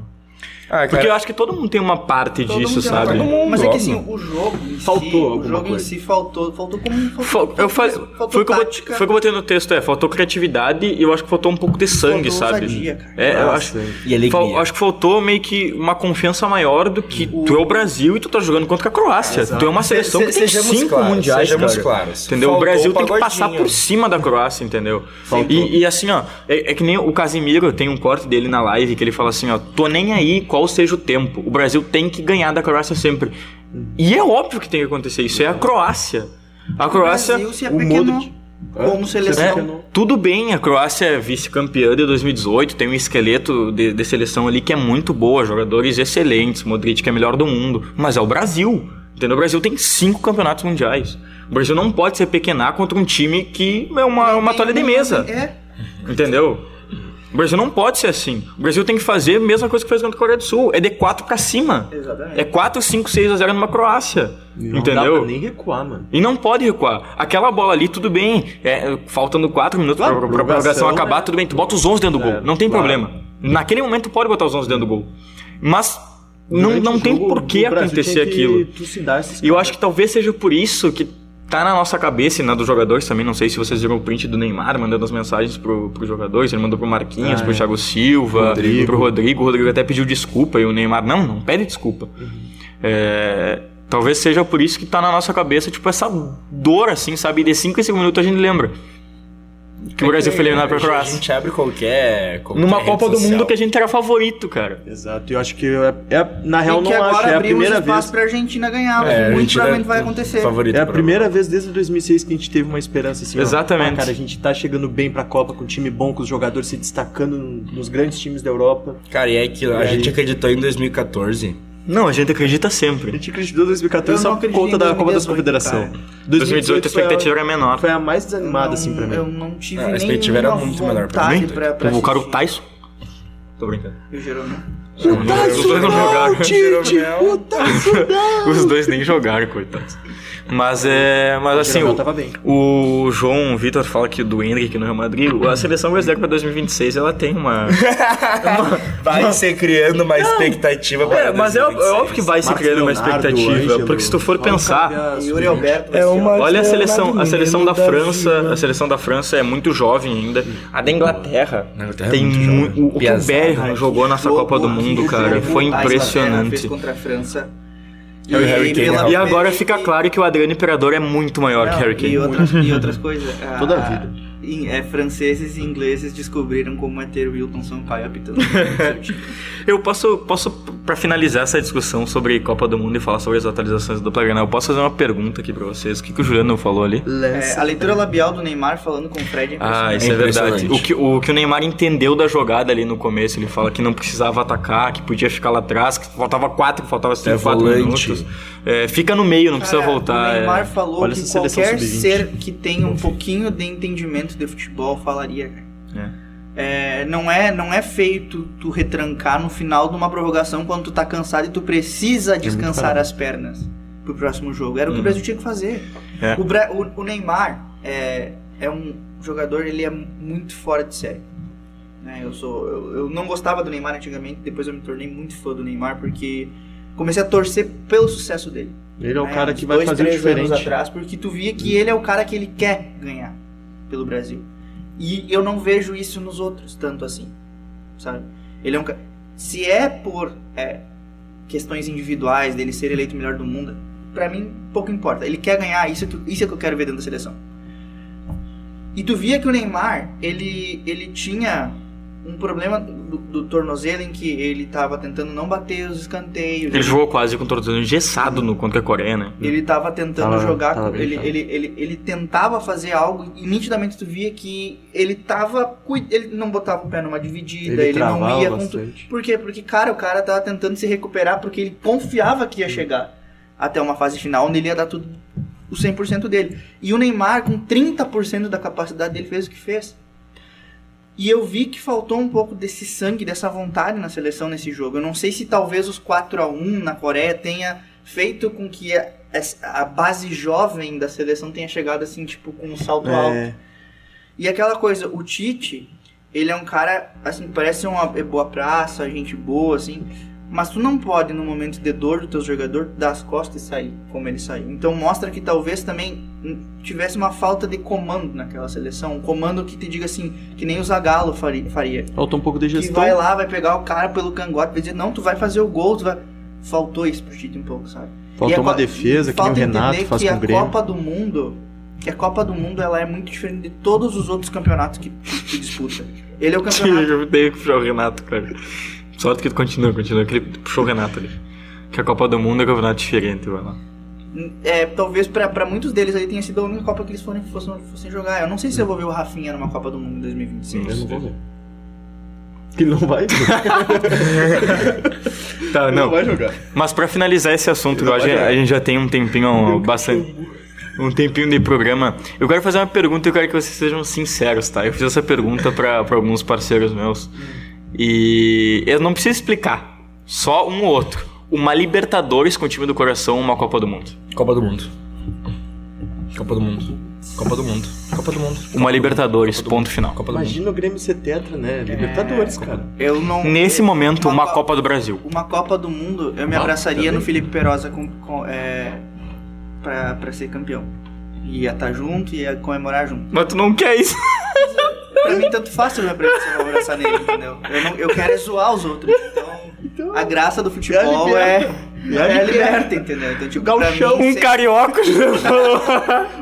Speaker 2: Ah,
Speaker 4: Porque eu acho que todo mundo tem uma parte
Speaker 1: Todo
Speaker 4: disso,
Speaker 1: mundo tem uma
Speaker 4: sabe?
Speaker 1: parte-
Speaker 2: Todo mundo,
Speaker 1: Mas é que assim,
Speaker 2: óbvio.
Speaker 1: o jogo em si,
Speaker 5: Faltou
Speaker 1: o
Speaker 5: alguma
Speaker 1: jogo em
Speaker 5: coisa.
Speaker 1: si faltou, faltou como um- faltou,
Speaker 4: Fal- Eu falei,
Speaker 1: faltou
Speaker 4: foi, o que eu bot-
Speaker 1: tática.
Speaker 4: foi o que eu botei no texto, é, faltou criatividade e eu acho que faltou um pouco de sangue,
Speaker 1: Faltou
Speaker 4: sabe?
Speaker 1: ousadia, cara.
Speaker 4: É, eu acho,
Speaker 5: Nossa, hein?
Speaker 2: E alegria.
Speaker 4: Fal- acho que faltou meio que uma confiança maior do que tu é o Brasil e tu tá jogando contra a Croácia. Tu é uma seleção que tem cinco mundiais, cara.
Speaker 2: claros.
Speaker 4: Entendeu? o Brasil tem que passar por cima da Croácia, entendeu? E, e assim, ó, é, é que nem o Casimiro tem um corte dele na live que ele fala assim, ó, tô nem aí qual seja o tempo. O Brasil tem que ganhar da Croácia sempre. E é óbvio que tem que acontecer isso. É a Croácia. A Croácia.
Speaker 1: O Brasil se
Speaker 5: o
Speaker 1: apequenou
Speaker 5: Modric.
Speaker 1: como
Speaker 4: É,
Speaker 1: seleção.
Speaker 4: tudo bem, a Croácia é vice-campeã de 2018, tem um esqueleto de, de seleção ali que é muito boa, jogadores excelentes, Modric que é melhor do mundo, mas é o Brasil. Entendeu? O Brasil tem cinco campeonatos mundiais. O Brasil não pode se pequenar contra um time que é uma, uma toalha de mesa.
Speaker 1: É.
Speaker 4: Entendeu? O Brasil não pode ser assim. O Brasil tem que fazer a mesma coisa que fez contra a Coreia do Sul. É de 4 pra cima.
Speaker 1: Exatamente.
Speaker 4: É 4, 5, 6 a 0 numa Croácia.
Speaker 5: Não dá
Speaker 4: entendeu?
Speaker 5: pra nem recuar, mano.
Speaker 4: E não pode recuar. Aquela bola ali, tudo bem. É, faltando 4 minutos
Speaker 5: Claro,
Speaker 4: pra, pra prorrogação
Speaker 5: prorrogação,
Speaker 4: acabar,
Speaker 5: né?
Speaker 4: tudo bem. Tu bota os 11 dentro do
Speaker 5: É,
Speaker 4: gol. Não tem
Speaker 5: claro.
Speaker 4: problema. Naquele momento tu pode botar os 11 dentro do gol. Mas não,
Speaker 5: Durante
Speaker 4: não
Speaker 5: o
Speaker 4: tem
Speaker 5: jogo,
Speaker 4: por que
Speaker 5: o Brasil
Speaker 4: acontecer
Speaker 5: tinha que
Speaker 4: aquilo.
Speaker 5: trucidar esses
Speaker 4: E eu acho que talvez seja por isso que tá na nossa cabeça e na dos jogadores também. Não sei se vocês viram o print do Neymar mandando as mensagens pro, pros jogadores. Ele mandou pro Marquinhos,
Speaker 5: Ah,
Speaker 4: pro
Speaker 5: é.
Speaker 4: Thiago Silva,
Speaker 5: Rodrigo.
Speaker 4: pro Rodrigo. O Rodrigo até pediu desculpa e o Neymar, não, não pede desculpa. É, talvez seja por isso que tá na nossa cabeça, tipo, essa dor assim, sabe? E de 5 em 5 minutos a gente lembra. Que o Brasil foi eliminado pra
Speaker 2: É A
Speaker 4: Croácia.
Speaker 2: gente abre qualquer. qualquer
Speaker 4: Numa
Speaker 2: rede
Speaker 4: Copa do
Speaker 2: social.
Speaker 4: Mundo que a gente era favorito, cara.
Speaker 5: Exato, e eu acho que é, é- na real
Speaker 1: e que
Speaker 5: não acho,
Speaker 1: agora
Speaker 5: é a
Speaker 1: abrimos
Speaker 5: primeira
Speaker 1: espaço
Speaker 5: vez.
Speaker 1: pra Argentina ganhar.
Speaker 2: É, a
Speaker 1: muito
Speaker 2: gente
Speaker 1: provavelmente
Speaker 2: é
Speaker 1: vai acontecer.
Speaker 2: Favorito
Speaker 5: É a
Speaker 2: pra-
Speaker 5: primeira vez desde 2006 que a gente teve uma esperança assim. ó.
Speaker 4: Exatamente.
Speaker 5: Ah, cara, a gente tá chegando bem pra Copa com um time bom, com os jogadores se destacando nos grandes times da Europa.
Speaker 2: Cara, e é que a
Speaker 5: E
Speaker 2: gente
Speaker 5: aí?
Speaker 2: acreditou em 2014.
Speaker 4: Não, a gente acredita
Speaker 5: A
Speaker 4: sempre.
Speaker 5: gente acreditou em 2014
Speaker 1: Eu
Speaker 5: só
Speaker 1: não
Speaker 5: por
Speaker 1: acredito
Speaker 5: conta da
Speaker 1: em
Speaker 5: Copa das
Speaker 1: 2018,
Speaker 5: Confederação.
Speaker 1: cara.
Speaker 4: 2018 a expectativa era menor.
Speaker 5: foi a mais
Speaker 1: Eu
Speaker 5: desanimada,
Speaker 1: não-
Speaker 5: assim, pra mim.
Speaker 1: Eu não tive
Speaker 2: Ah, a
Speaker 1: nem
Speaker 2: expectativa era muito melhor pra
Speaker 1: vontade
Speaker 2: mim.
Speaker 1: pra, pra
Speaker 4: Convocaram Tipo, o tá
Speaker 1: assistir.
Speaker 4: Tyson? Tô brincando.
Speaker 1: Eu geralmente-
Speaker 5: O
Speaker 4: Os dois não jogaram.
Speaker 5: Tite! O Tyson não!
Speaker 4: Os dois nem jogaram, coitados. Mas é. Mas assim,
Speaker 5: Jeromel
Speaker 4: o,
Speaker 5: tava bem.
Speaker 4: o João Vitor fala que do Henrique no Real Madrid, a seleção brasileira pra 2026 ela tem uma.
Speaker 2: Vai ser criando uma expectativa para
Speaker 4: É, mas é, ó- é
Speaker 2: 2026.
Speaker 4: óbvio que vai se
Speaker 5: Marcos
Speaker 4: criando uma
Speaker 5: Leonardo,
Speaker 4: expectativa.
Speaker 5: Ângelo,
Speaker 4: porque se tu for
Speaker 5: Paulo
Speaker 4: pensar.
Speaker 5: Carvalho,
Speaker 1: Yuri Alberto vai
Speaker 3: É
Speaker 1: ser
Speaker 3: uma-
Speaker 1: ótimo.
Speaker 4: Olha a
Speaker 3: Leonardo
Speaker 4: seleção, a
Speaker 3: Menino
Speaker 4: seleção da
Speaker 3: da
Speaker 4: França,
Speaker 3: Vila.
Speaker 4: a seleção da França é muito jovem ainda. A da Inglaterra
Speaker 2: Na Inglaterra
Speaker 4: tem
Speaker 2: é muito
Speaker 4: muito.
Speaker 2: jovem.
Speaker 4: O, o que o
Speaker 2: Piazada,
Speaker 4: Bergman jogou nessa
Speaker 1: Jogou
Speaker 4: Copa do
Speaker 1: que
Speaker 4: Mundo,
Speaker 1: jogou.
Speaker 4: cara, foi
Speaker 1: A Inglaterra
Speaker 4: impressionante.
Speaker 1: fez contra a França.
Speaker 2: E o Harry Kane, né?
Speaker 4: E agora fica claro que o Adriano Imperador é muito maior que Harry Kane.
Speaker 1: E outras, e outras coisas. Ah,
Speaker 5: Toda a vida.
Speaker 1: em- é, franceses e ingleses descobriram como é ter Wilton Sampaio apitando.
Speaker 4: Eu posso, posso para finalizar essa discussão sobre Copa do Mundo e falar sobre as atualizações do Plagana, eu posso fazer uma pergunta aqui pra vocês. O que, que o Juliano falou ali?
Speaker 2: Hum,
Speaker 1: É, a leitura labial do Neymar falando com o Fred é
Speaker 4: Ah,
Speaker 1: impressionante.
Speaker 4: isso é, verdade. O
Speaker 2: impressionante.
Speaker 4: que, o que o Neymar entendeu da jogada ali no começo, ele fala que não precisava atacar, que podia ficar lá atrás, que faltava quatro, que faltava cinco,
Speaker 2: É
Speaker 4: quatro
Speaker 2: volante.
Speaker 4: minutos. É, fica no meio, não precisa
Speaker 1: Cara,
Speaker 4: voltar.
Speaker 1: O
Speaker 4: é.
Speaker 1: Neymar falou
Speaker 5: Olha
Speaker 1: que
Speaker 5: essa seleção
Speaker 1: qualquer
Speaker 5: sub-vinte.
Speaker 1: ser que tenha um pouquinho de entendimento de futebol falaria. cara. É, não é não é feito tu retrancar no final de uma prorrogação quando tu tá cansado e tu precisa descansar as pernas pro próximo jogo. Era o que
Speaker 4: Uhum.
Speaker 1: o Brasil tinha que fazer.
Speaker 4: É.
Speaker 1: O, Bra- o- o Neymar é, é um jogador, ele é muito fora de série. né? eu, sou, eu, eu não gostava do Neymar antigamente, depois eu me tornei muito fã do Neymar porque comecei a torcer pelo sucesso dele.
Speaker 5: Ele é o
Speaker 1: né,
Speaker 5: cara
Speaker 1: uns
Speaker 5: que vai
Speaker 1: dois,
Speaker 5: fazer o
Speaker 1: três
Speaker 5: diferente.
Speaker 1: Anos atrás, porque tu via que ele é o cara que ele quer ganhar pelo Brasil. E eu não vejo isso nos outros tanto assim, sabe? Ele é um ca- se é por é, questões individuais dele ser eleito o melhor do mundo, pra mim pouco importa. Ele quer ganhar, isso é que, isso é que eu quero ver dentro da seleção. E tu via que o Neymar, ele ele tinha um problema do, do tornozelo em que ele tava tentando não bater os escanteios.
Speaker 4: Ele jogou quase com o tornozelo engessado no contra a Coreia, né?
Speaker 1: Ele tava tentando
Speaker 5: Uhum. Tava-
Speaker 1: jogar,
Speaker 5: tava
Speaker 1: com- ele,
Speaker 5: brincando.
Speaker 1: ele, ele, ele tentava fazer algo e nitidamente tu via que ele tava. cui- Ele não botava o pé numa dividida, ele, não ia com tu-
Speaker 5: bastante.
Speaker 1: Por quê? Porque, cara, o cara tava tentando se recuperar porque ele confiava que ia chegar até uma fase final onde ele ia dar tudo o 100% dele. E o Neymar, com 30% da capacidade dele, fez o que fez. E eu vi que faltou um pouco desse sangue, dessa vontade na seleção nesse jogo. Eu não sei se talvez os 4 a 1 na Coreia tenha feito com que a, essa- a base jovem da seleção tenha chegado assim, tipo, com um salto alto.
Speaker 5: É,
Speaker 1: E aquela coisa, o Tite, ele é um cara, assim, parece uma boa praça, gente boa, assim. Mas tu não pode, no momento de dor do teu jogador, dar as costas e sair como ele saiu. Então mostra que talvez também hum, tivesse uma falta de comando naquela seleção. Um comando que te diga assim, que nem o Zagallo fari- faria.
Speaker 5: falta um pouco de
Speaker 1: Que
Speaker 5: gestão.
Speaker 1: vai lá, vai pegar o cara pelo cangote, vai dizer, não, tu vai fazer o gol, tu vai... Faltou isso pro Tite um pouco, sabe? E a
Speaker 5: Faltou uma
Speaker 1: co-
Speaker 5: defesa que nem
Speaker 1: falta
Speaker 5: o Renato
Speaker 1: entender
Speaker 5: faz
Speaker 1: que
Speaker 5: com o Grêmio.
Speaker 1: a Copa do Mundo, que a Copa do Mundo ela é muito diferente de todos os outros campeonatos que, que disputa. Ele é o campeonato.
Speaker 4: Eu dei que puxar o Renato, cara. Sorte que tu continua, continua, que ele puxou o Renato ali. Que a Copa do Mundo é um campeonato diferente, vai lá.
Speaker 1: é, talvez pra pra muitos deles aí tenha sido a única Copa que eles forem, fossem, fossem jogar. Eu não sei se eu vou ver o Rafinha numa Copa do Mundo em 2026.
Speaker 5: Eu não vou ver. Que ele não vai.
Speaker 4: Tá,
Speaker 5: Ele
Speaker 4: não.
Speaker 5: vai jogar.
Speaker 4: Mas pra finalizar esse assunto, eu acho que a gente já tem um tempinho um, bastante. Um tempinho de programa. Eu quero fazer uma pergunta e eu quero que vocês sejam sinceros, tá? Eu fiz essa pergunta pra, pra alguns parceiros meus. E eu não preciso explicar. Só um ou outro. Uma Libertadores com o time do coração, uma Copa do Mundo.
Speaker 2: Copa do Mundo. Copa do Mundo. Copa do Mundo. Copa do Mundo.
Speaker 4: Uma Libertadores, ponto final.
Speaker 2: Copa do Mundo.
Speaker 5: Imagina o Grêmio ser tetra, né? Libertadores, cara.
Speaker 1: Eu não.
Speaker 4: Nesse
Speaker 1: eu-
Speaker 4: momento, uma
Speaker 1: Co-
Speaker 4: Copa do Brasil.
Speaker 1: Uma Copa do Mundo, eu me
Speaker 5: Ah,
Speaker 1: abraçaria
Speaker 5: também.
Speaker 1: no Felipe Perosa com, com, é, pra, pra ser campeão. Ia estar junto, ia comemorar junto.
Speaker 4: Mas tu não quer isso.
Speaker 1: Pra mim, tanto faz se eu me abraçar, se eu vou abraçar nele, entendeu? Eu, não- eu quero é zoar os outros. Então, a graça do futebol é, é,
Speaker 5: É a
Speaker 1: liberta, entendeu? Então, tipo, pra
Speaker 5: Gauchão,
Speaker 1: mim,
Speaker 4: Um
Speaker 1: ser-
Speaker 4: carioca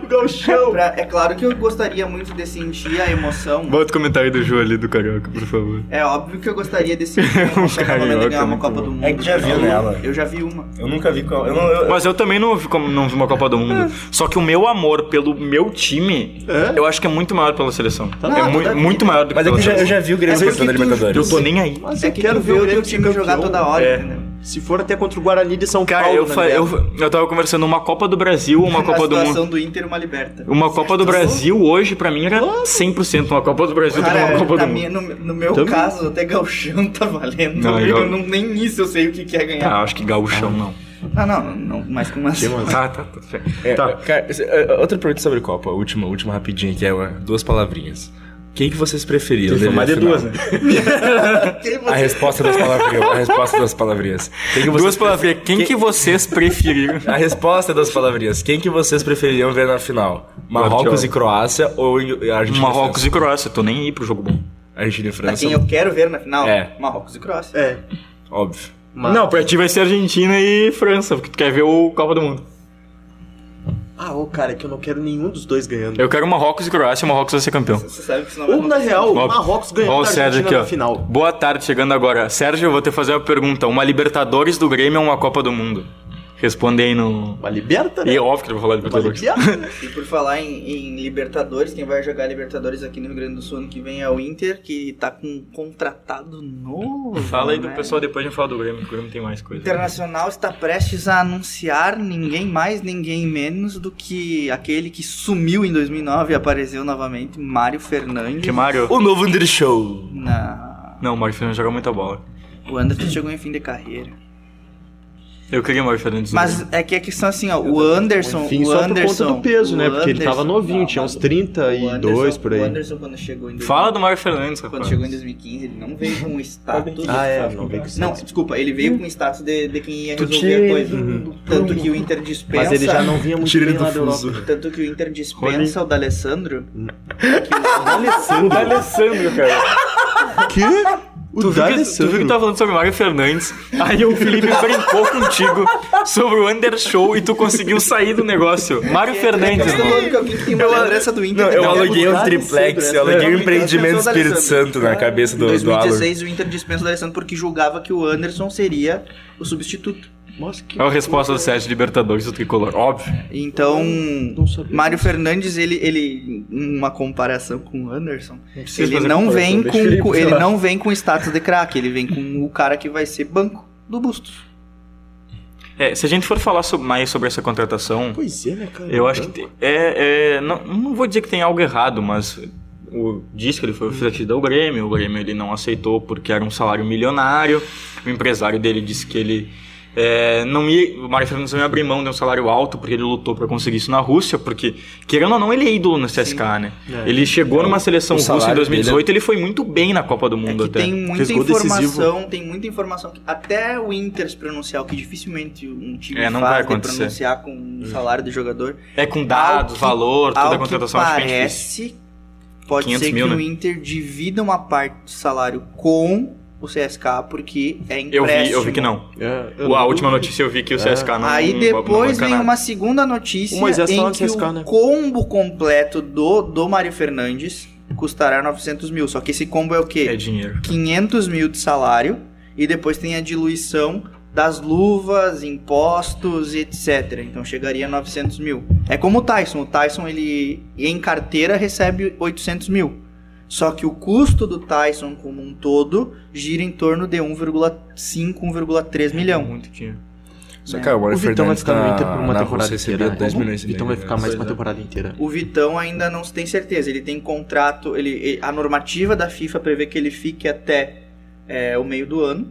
Speaker 5: Galchão!
Speaker 1: pra- é claro que eu gostaria muito de sentir a emoção.
Speaker 4: Bota o comentário do Ju ali, do carioca, por favor.
Speaker 1: É óbvio que eu gostaria de sentir a emoção quando
Speaker 4: carioca
Speaker 1: eu é ganhar uma
Speaker 4: Um muito
Speaker 1: Copa
Speaker 4: bom.
Speaker 1: do Mundo.
Speaker 2: É que já viu
Speaker 1: Eu-
Speaker 2: nela.
Speaker 1: Eu já vi uma.
Speaker 2: Eu nunca vi qual. Eu não, eu-
Speaker 4: Mas eu também não vi, como- não vi uma Copa do Mundo. Só que o meu amor pelo meu time,
Speaker 5: É?
Speaker 4: eu acho que é muito maior pela seleção. é
Speaker 1: Não,
Speaker 4: mui-
Speaker 1: tá-
Speaker 4: muito maior do que
Speaker 2: Mas é
Speaker 4: pela
Speaker 2: que já- eu
Speaker 4: seleção.
Speaker 2: já vi o Grêmio
Speaker 5: É porque
Speaker 2: campeão da
Speaker 5: tu-
Speaker 4: Eu
Speaker 2: Libertadores.
Speaker 4: tô nem aí.
Speaker 5: Mas
Speaker 1: É
Speaker 5: eu
Speaker 1: que
Speaker 5: quero
Speaker 1: tu vê o teu
Speaker 5: Grêmio
Speaker 1: time
Speaker 5: ser
Speaker 1: jogar
Speaker 5: campeão.
Speaker 1: toda hora,
Speaker 4: É.
Speaker 1: entendeu?
Speaker 5: Se for até contra o Guarani de São
Speaker 4: Cara,
Speaker 5: Paulo.
Speaker 4: eu,
Speaker 5: né,
Speaker 4: fa-
Speaker 5: velho?
Speaker 4: eu, eu tava conversando uma Copa do Brasil, uma Copa do
Speaker 1: a
Speaker 4: Mundo.
Speaker 1: situação do Inter uma liberta.
Speaker 4: Uma Copa do Brasil hoje, pra mim, era 100% uma Copa do Brasil do que
Speaker 1: Cara,
Speaker 4: uma Copa
Speaker 1: pra
Speaker 4: do
Speaker 1: mim,
Speaker 4: Mundo.
Speaker 1: no, no meu
Speaker 5: Também.
Speaker 1: caso, até galchão tá valendo.
Speaker 4: Não,
Speaker 1: eu
Speaker 4: eu-
Speaker 1: não, nem isso eu sei o que que é ganhar.
Speaker 4: Ah, acho que gauchão não.
Speaker 1: Ah, não, não, mas assim? com uma...
Speaker 4: Tá, tá, tá.
Speaker 2: É,
Speaker 4: Tá.
Speaker 2: cara, esse- é, outra pergunta sobre Copa, última, última rapidinha, que é uma- duas palavrinhas. Quem que vocês preferiam?
Speaker 5: Tem que
Speaker 2: deveria
Speaker 5: formar de
Speaker 2: final?
Speaker 5: duas, né?
Speaker 1: Quem
Speaker 2: A
Speaker 1: você-
Speaker 2: resposta das palavrinhas. A resposta das palavrinhas. Quem que vocês
Speaker 4: Duas palavrinhas. Quem que vocês preferiram?
Speaker 2: A resposta das palavrinhas. Quem que vocês prefeririam ver na final? Marrocos
Speaker 4: Guardiola.
Speaker 2: e Croácia ou Ing- Argentina
Speaker 4: Marrocos
Speaker 2: e
Speaker 4: e Croácia, tô nem aí pro jogo bom.
Speaker 2: França? Argentina e
Speaker 1: Pra
Speaker 2: França,
Speaker 1: quem eu quero ver na final,
Speaker 2: É.
Speaker 1: Marrocos e Croácia.
Speaker 5: É.
Speaker 2: óbvio.
Speaker 5: mas-
Speaker 4: Não, pra ti vai ser Argentina e França, porque tu quer ver o Copa do Mundo.
Speaker 5: Ah, ô, cara, é que eu não quero nenhum dos dois ganhando.
Speaker 4: Eu quero Marrocos e Croácia, Marrocos vai ser campeão.
Speaker 1: É. Você sabe que isso não vai
Speaker 5: Ou, na
Speaker 1: acontecer.
Speaker 5: real, o
Speaker 4: Ó,
Speaker 5: Marrocos ganhou
Speaker 4: Ó o
Speaker 5: da
Speaker 4: Sérgio
Speaker 5: Argentina
Speaker 4: aqui, ó.
Speaker 5: na final.
Speaker 4: Boa tarde, chegando agora. Sérgio, eu vou te fazer uma pergunta. Uma Libertadores do Grêmio ou uma Copa do Mundo? Responde aí no...
Speaker 5: Uma liberta, né?
Speaker 4: E é óbvio que eu vou falar
Speaker 5: Uma
Speaker 4: Libertadores.
Speaker 5: liberta, né?
Speaker 1: E por falar em, em Libertadores, quem vai jogar Libertadores aqui no Rio Grande do Sul ano que vem é o Inter, que tá com um contratado novo.
Speaker 4: Fala aí do
Speaker 1: né?
Speaker 4: pessoal, depois a gente fala do Grêmio, que o Grêmio tem mais coisa.
Speaker 1: Internacional está prestes a anunciar ninguém mais, ninguém menos do que aquele que sumiu em 2009 e apareceu novamente, Mário Fernandes.
Speaker 4: Que Mário...
Speaker 2: O novo Under Show.
Speaker 1: Na...
Speaker 4: Não, o Mário Fernandes joga muita bola.
Speaker 1: O Anderson chegou em fim de carreira.
Speaker 4: Eu queria o Mário Fernandes. no Grêmio.
Speaker 1: Mas é que a questão assim, ó, o Anderson,
Speaker 5: Enfim,
Speaker 1: o
Speaker 5: só por
Speaker 1: Anderson,
Speaker 5: conta do peso, né? Porque ele
Speaker 1: Anderson-
Speaker 5: tava novinho,
Speaker 1: Não,
Speaker 5: tinha uns
Speaker 1: mas
Speaker 5: 32
Speaker 1: Anderson-
Speaker 5: por aí.
Speaker 1: O Anderson quando chegou em 2000,
Speaker 4: Fala do Mário Fernandes,
Speaker 1: quando
Speaker 4: rapaz.
Speaker 1: chegou em 2015, ele não veio com o status.
Speaker 5: Ah, é, não veio com o
Speaker 1: Não,
Speaker 5: status.
Speaker 1: desculpa, ele veio com o status de, de quem ia
Speaker 5: Hum. Tu
Speaker 1: resolver
Speaker 5: tira
Speaker 1: a coisa.
Speaker 5: ele do- do
Speaker 1: Tanto
Speaker 5: prumo.
Speaker 1: que o Inter dispensa.
Speaker 5: Uhum. Mas ele já não vinha muito
Speaker 2: Tira ele
Speaker 5: bem lá
Speaker 2: do
Speaker 5: da
Speaker 2: fuso.
Speaker 5: Europa.
Speaker 1: Tanto que o Inter dispensa o D'Alessandro.
Speaker 5: Alessandro.
Speaker 1: um.
Speaker 4: Alessandro, cara.
Speaker 5: Que?
Speaker 4: Tu
Speaker 5: O
Speaker 4: viu, que, tu viu que
Speaker 5: D'Alessandro.
Speaker 4: eu tava falando sobre o Mário Fernandes, aí o Felipe brincou contigo sobre o Undershow e tu conseguiu sair do negócio. Mário Fernandes,
Speaker 1: Eu tô
Speaker 4: irmão.
Speaker 1: falando É que alguém tem uma lembrança do Inter.
Speaker 2: Não,
Speaker 1: de
Speaker 2: eu
Speaker 1: D'Alessandro.
Speaker 2: aluguei um
Speaker 5: Alessandro,
Speaker 2: triplex,
Speaker 5: essa
Speaker 2: eu
Speaker 5: é a
Speaker 2: aluguei um
Speaker 1: minha
Speaker 2: empreendimento
Speaker 1: intenção do
Speaker 2: Espírito
Speaker 1: Alessandro.
Speaker 2: Santo na cabeça
Speaker 1: Em
Speaker 2: do, do Alan.
Speaker 1: 2016, o Inter dispensa o D'Alessandro porque julgava que o Anderson seria o substituto.
Speaker 5: Nossa, que
Speaker 4: É a resposta do Sérgio Libertadores do Tricolor, óbvio.
Speaker 1: Então,
Speaker 5: Não sabia.
Speaker 1: Mário Fernandes, ele, ele uma comparação com o Anderson,
Speaker 4: precisa
Speaker 1: ele
Speaker 4: fazer
Speaker 1: não
Speaker 5: comparação,
Speaker 1: vem
Speaker 5: deixa
Speaker 1: com
Speaker 5: ele pra
Speaker 1: ele
Speaker 5: lá.
Speaker 1: não vem com status de craque, ele vem com o cara que vai ser banco do Bustos.
Speaker 4: É, se a gente for falar so- mais sobre essa contratação,
Speaker 5: Pois é, né, cara?
Speaker 4: eu acho que
Speaker 1: Uhum.
Speaker 4: tem- é, é, não, não vou dizer que tem algo errado, mas o, diz que ele foi oferecido ao Grêmio, o Grêmio ele não aceitou porque era um salário milionário, o empresário dele disse que ele é, não ia, o Mário Fernandes não ia abrir mão de um salário alto porque ele lutou para conseguir isso na Rússia, porque querendo ou não ele é ídolo no CSK, né?
Speaker 5: É.
Speaker 4: Ele chegou numa seleção
Speaker 2: o
Speaker 4: russa em
Speaker 2: salário
Speaker 4: 2018, ele foi muito bem na Copa do
Speaker 1: É
Speaker 4: Mundo
Speaker 1: que
Speaker 4: até.
Speaker 1: tem muita
Speaker 5: Fez gol
Speaker 1: informação,
Speaker 5: decisivo.
Speaker 1: tem muita informação que até o Inter se pronunciar, o que dificilmente um time
Speaker 4: É, não vai
Speaker 1: faz de
Speaker 4: acontecer.
Speaker 1: pronunciar com o salário do jogador.
Speaker 4: É com
Speaker 1: Ao
Speaker 4: dados,
Speaker 1: que-
Speaker 4: valor, toda a
Speaker 1: Ao que
Speaker 4: contratação acho que é difícil.
Speaker 1: parece, pode
Speaker 4: 500
Speaker 1: ser
Speaker 4: mil,
Speaker 1: que
Speaker 4: né?
Speaker 1: o Inter divida uma parte do salário com o CSK porque é
Speaker 4: Eu
Speaker 1: empréstimo.
Speaker 4: vi, eu vi que não.
Speaker 5: É, eu
Speaker 4: Uau, a
Speaker 5: não-
Speaker 4: última notícia eu vi que o CSK
Speaker 5: Tá
Speaker 4: não.
Speaker 1: É. Aí
Speaker 4: não-
Speaker 1: depois
Speaker 4: não
Speaker 1: vem
Speaker 4: banca nada.
Speaker 1: uma segunda notícia
Speaker 5: O Moisés tá lá
Speaker 1: em
Speaker 5: no
Speaker 1: que
Speaker 5: CSKA,
Speaker 1: o
Speaker 5: né?
Speaker 1: combo completo do, do Mário Fernandes custará 900 mil. Só que esse combo é o
Speaker 4: É
Speaker 1: quê?
Speaker 4: dinheiro.
Speaker 1: 500 mil de salário e depois tem a diluição das luvas, impostos e etc. Então chegaria a 900 mil. É como o Tyson. O Tyson, ele em carteira recebe 800 mil. Só que o custo do Tyson como um todo gira em torno de 1,5, 1,3 milhão.
Speaker 4: é Muito dinheiro.
Speaker 2: Só
Speaker 1: né?
Speaker 2: que ah, o
Speaker 5: O
Speaker 2: Hélio
Speaker 5: Vitão vai
Speaker 2: Fernandes
Speaker 5: ficar
Speaker 2: tá
Speaker 5: no Inter por uma
Speaker 2: na
Speaker 5: temporada
Speaker 2: Rússia recebia
Speaker 5: inteira.
Speaker 2: 10
Speaker 5: Como?
Speaker 2: milhões e
Speaker 5: Vitão vai
Speaker 2: meio,
Speaker 5: ficar
Speaker 2: né?
Speaker 5: mais uma
Speaker 2: Pois é.
Speaker 5: temporada inteira.
Speaker 1: O Vitão ainda não se tem certeza. Ele tem contrato. Ele, e- a normativa da FIFA prevê que ele fique até é, o meio do ano.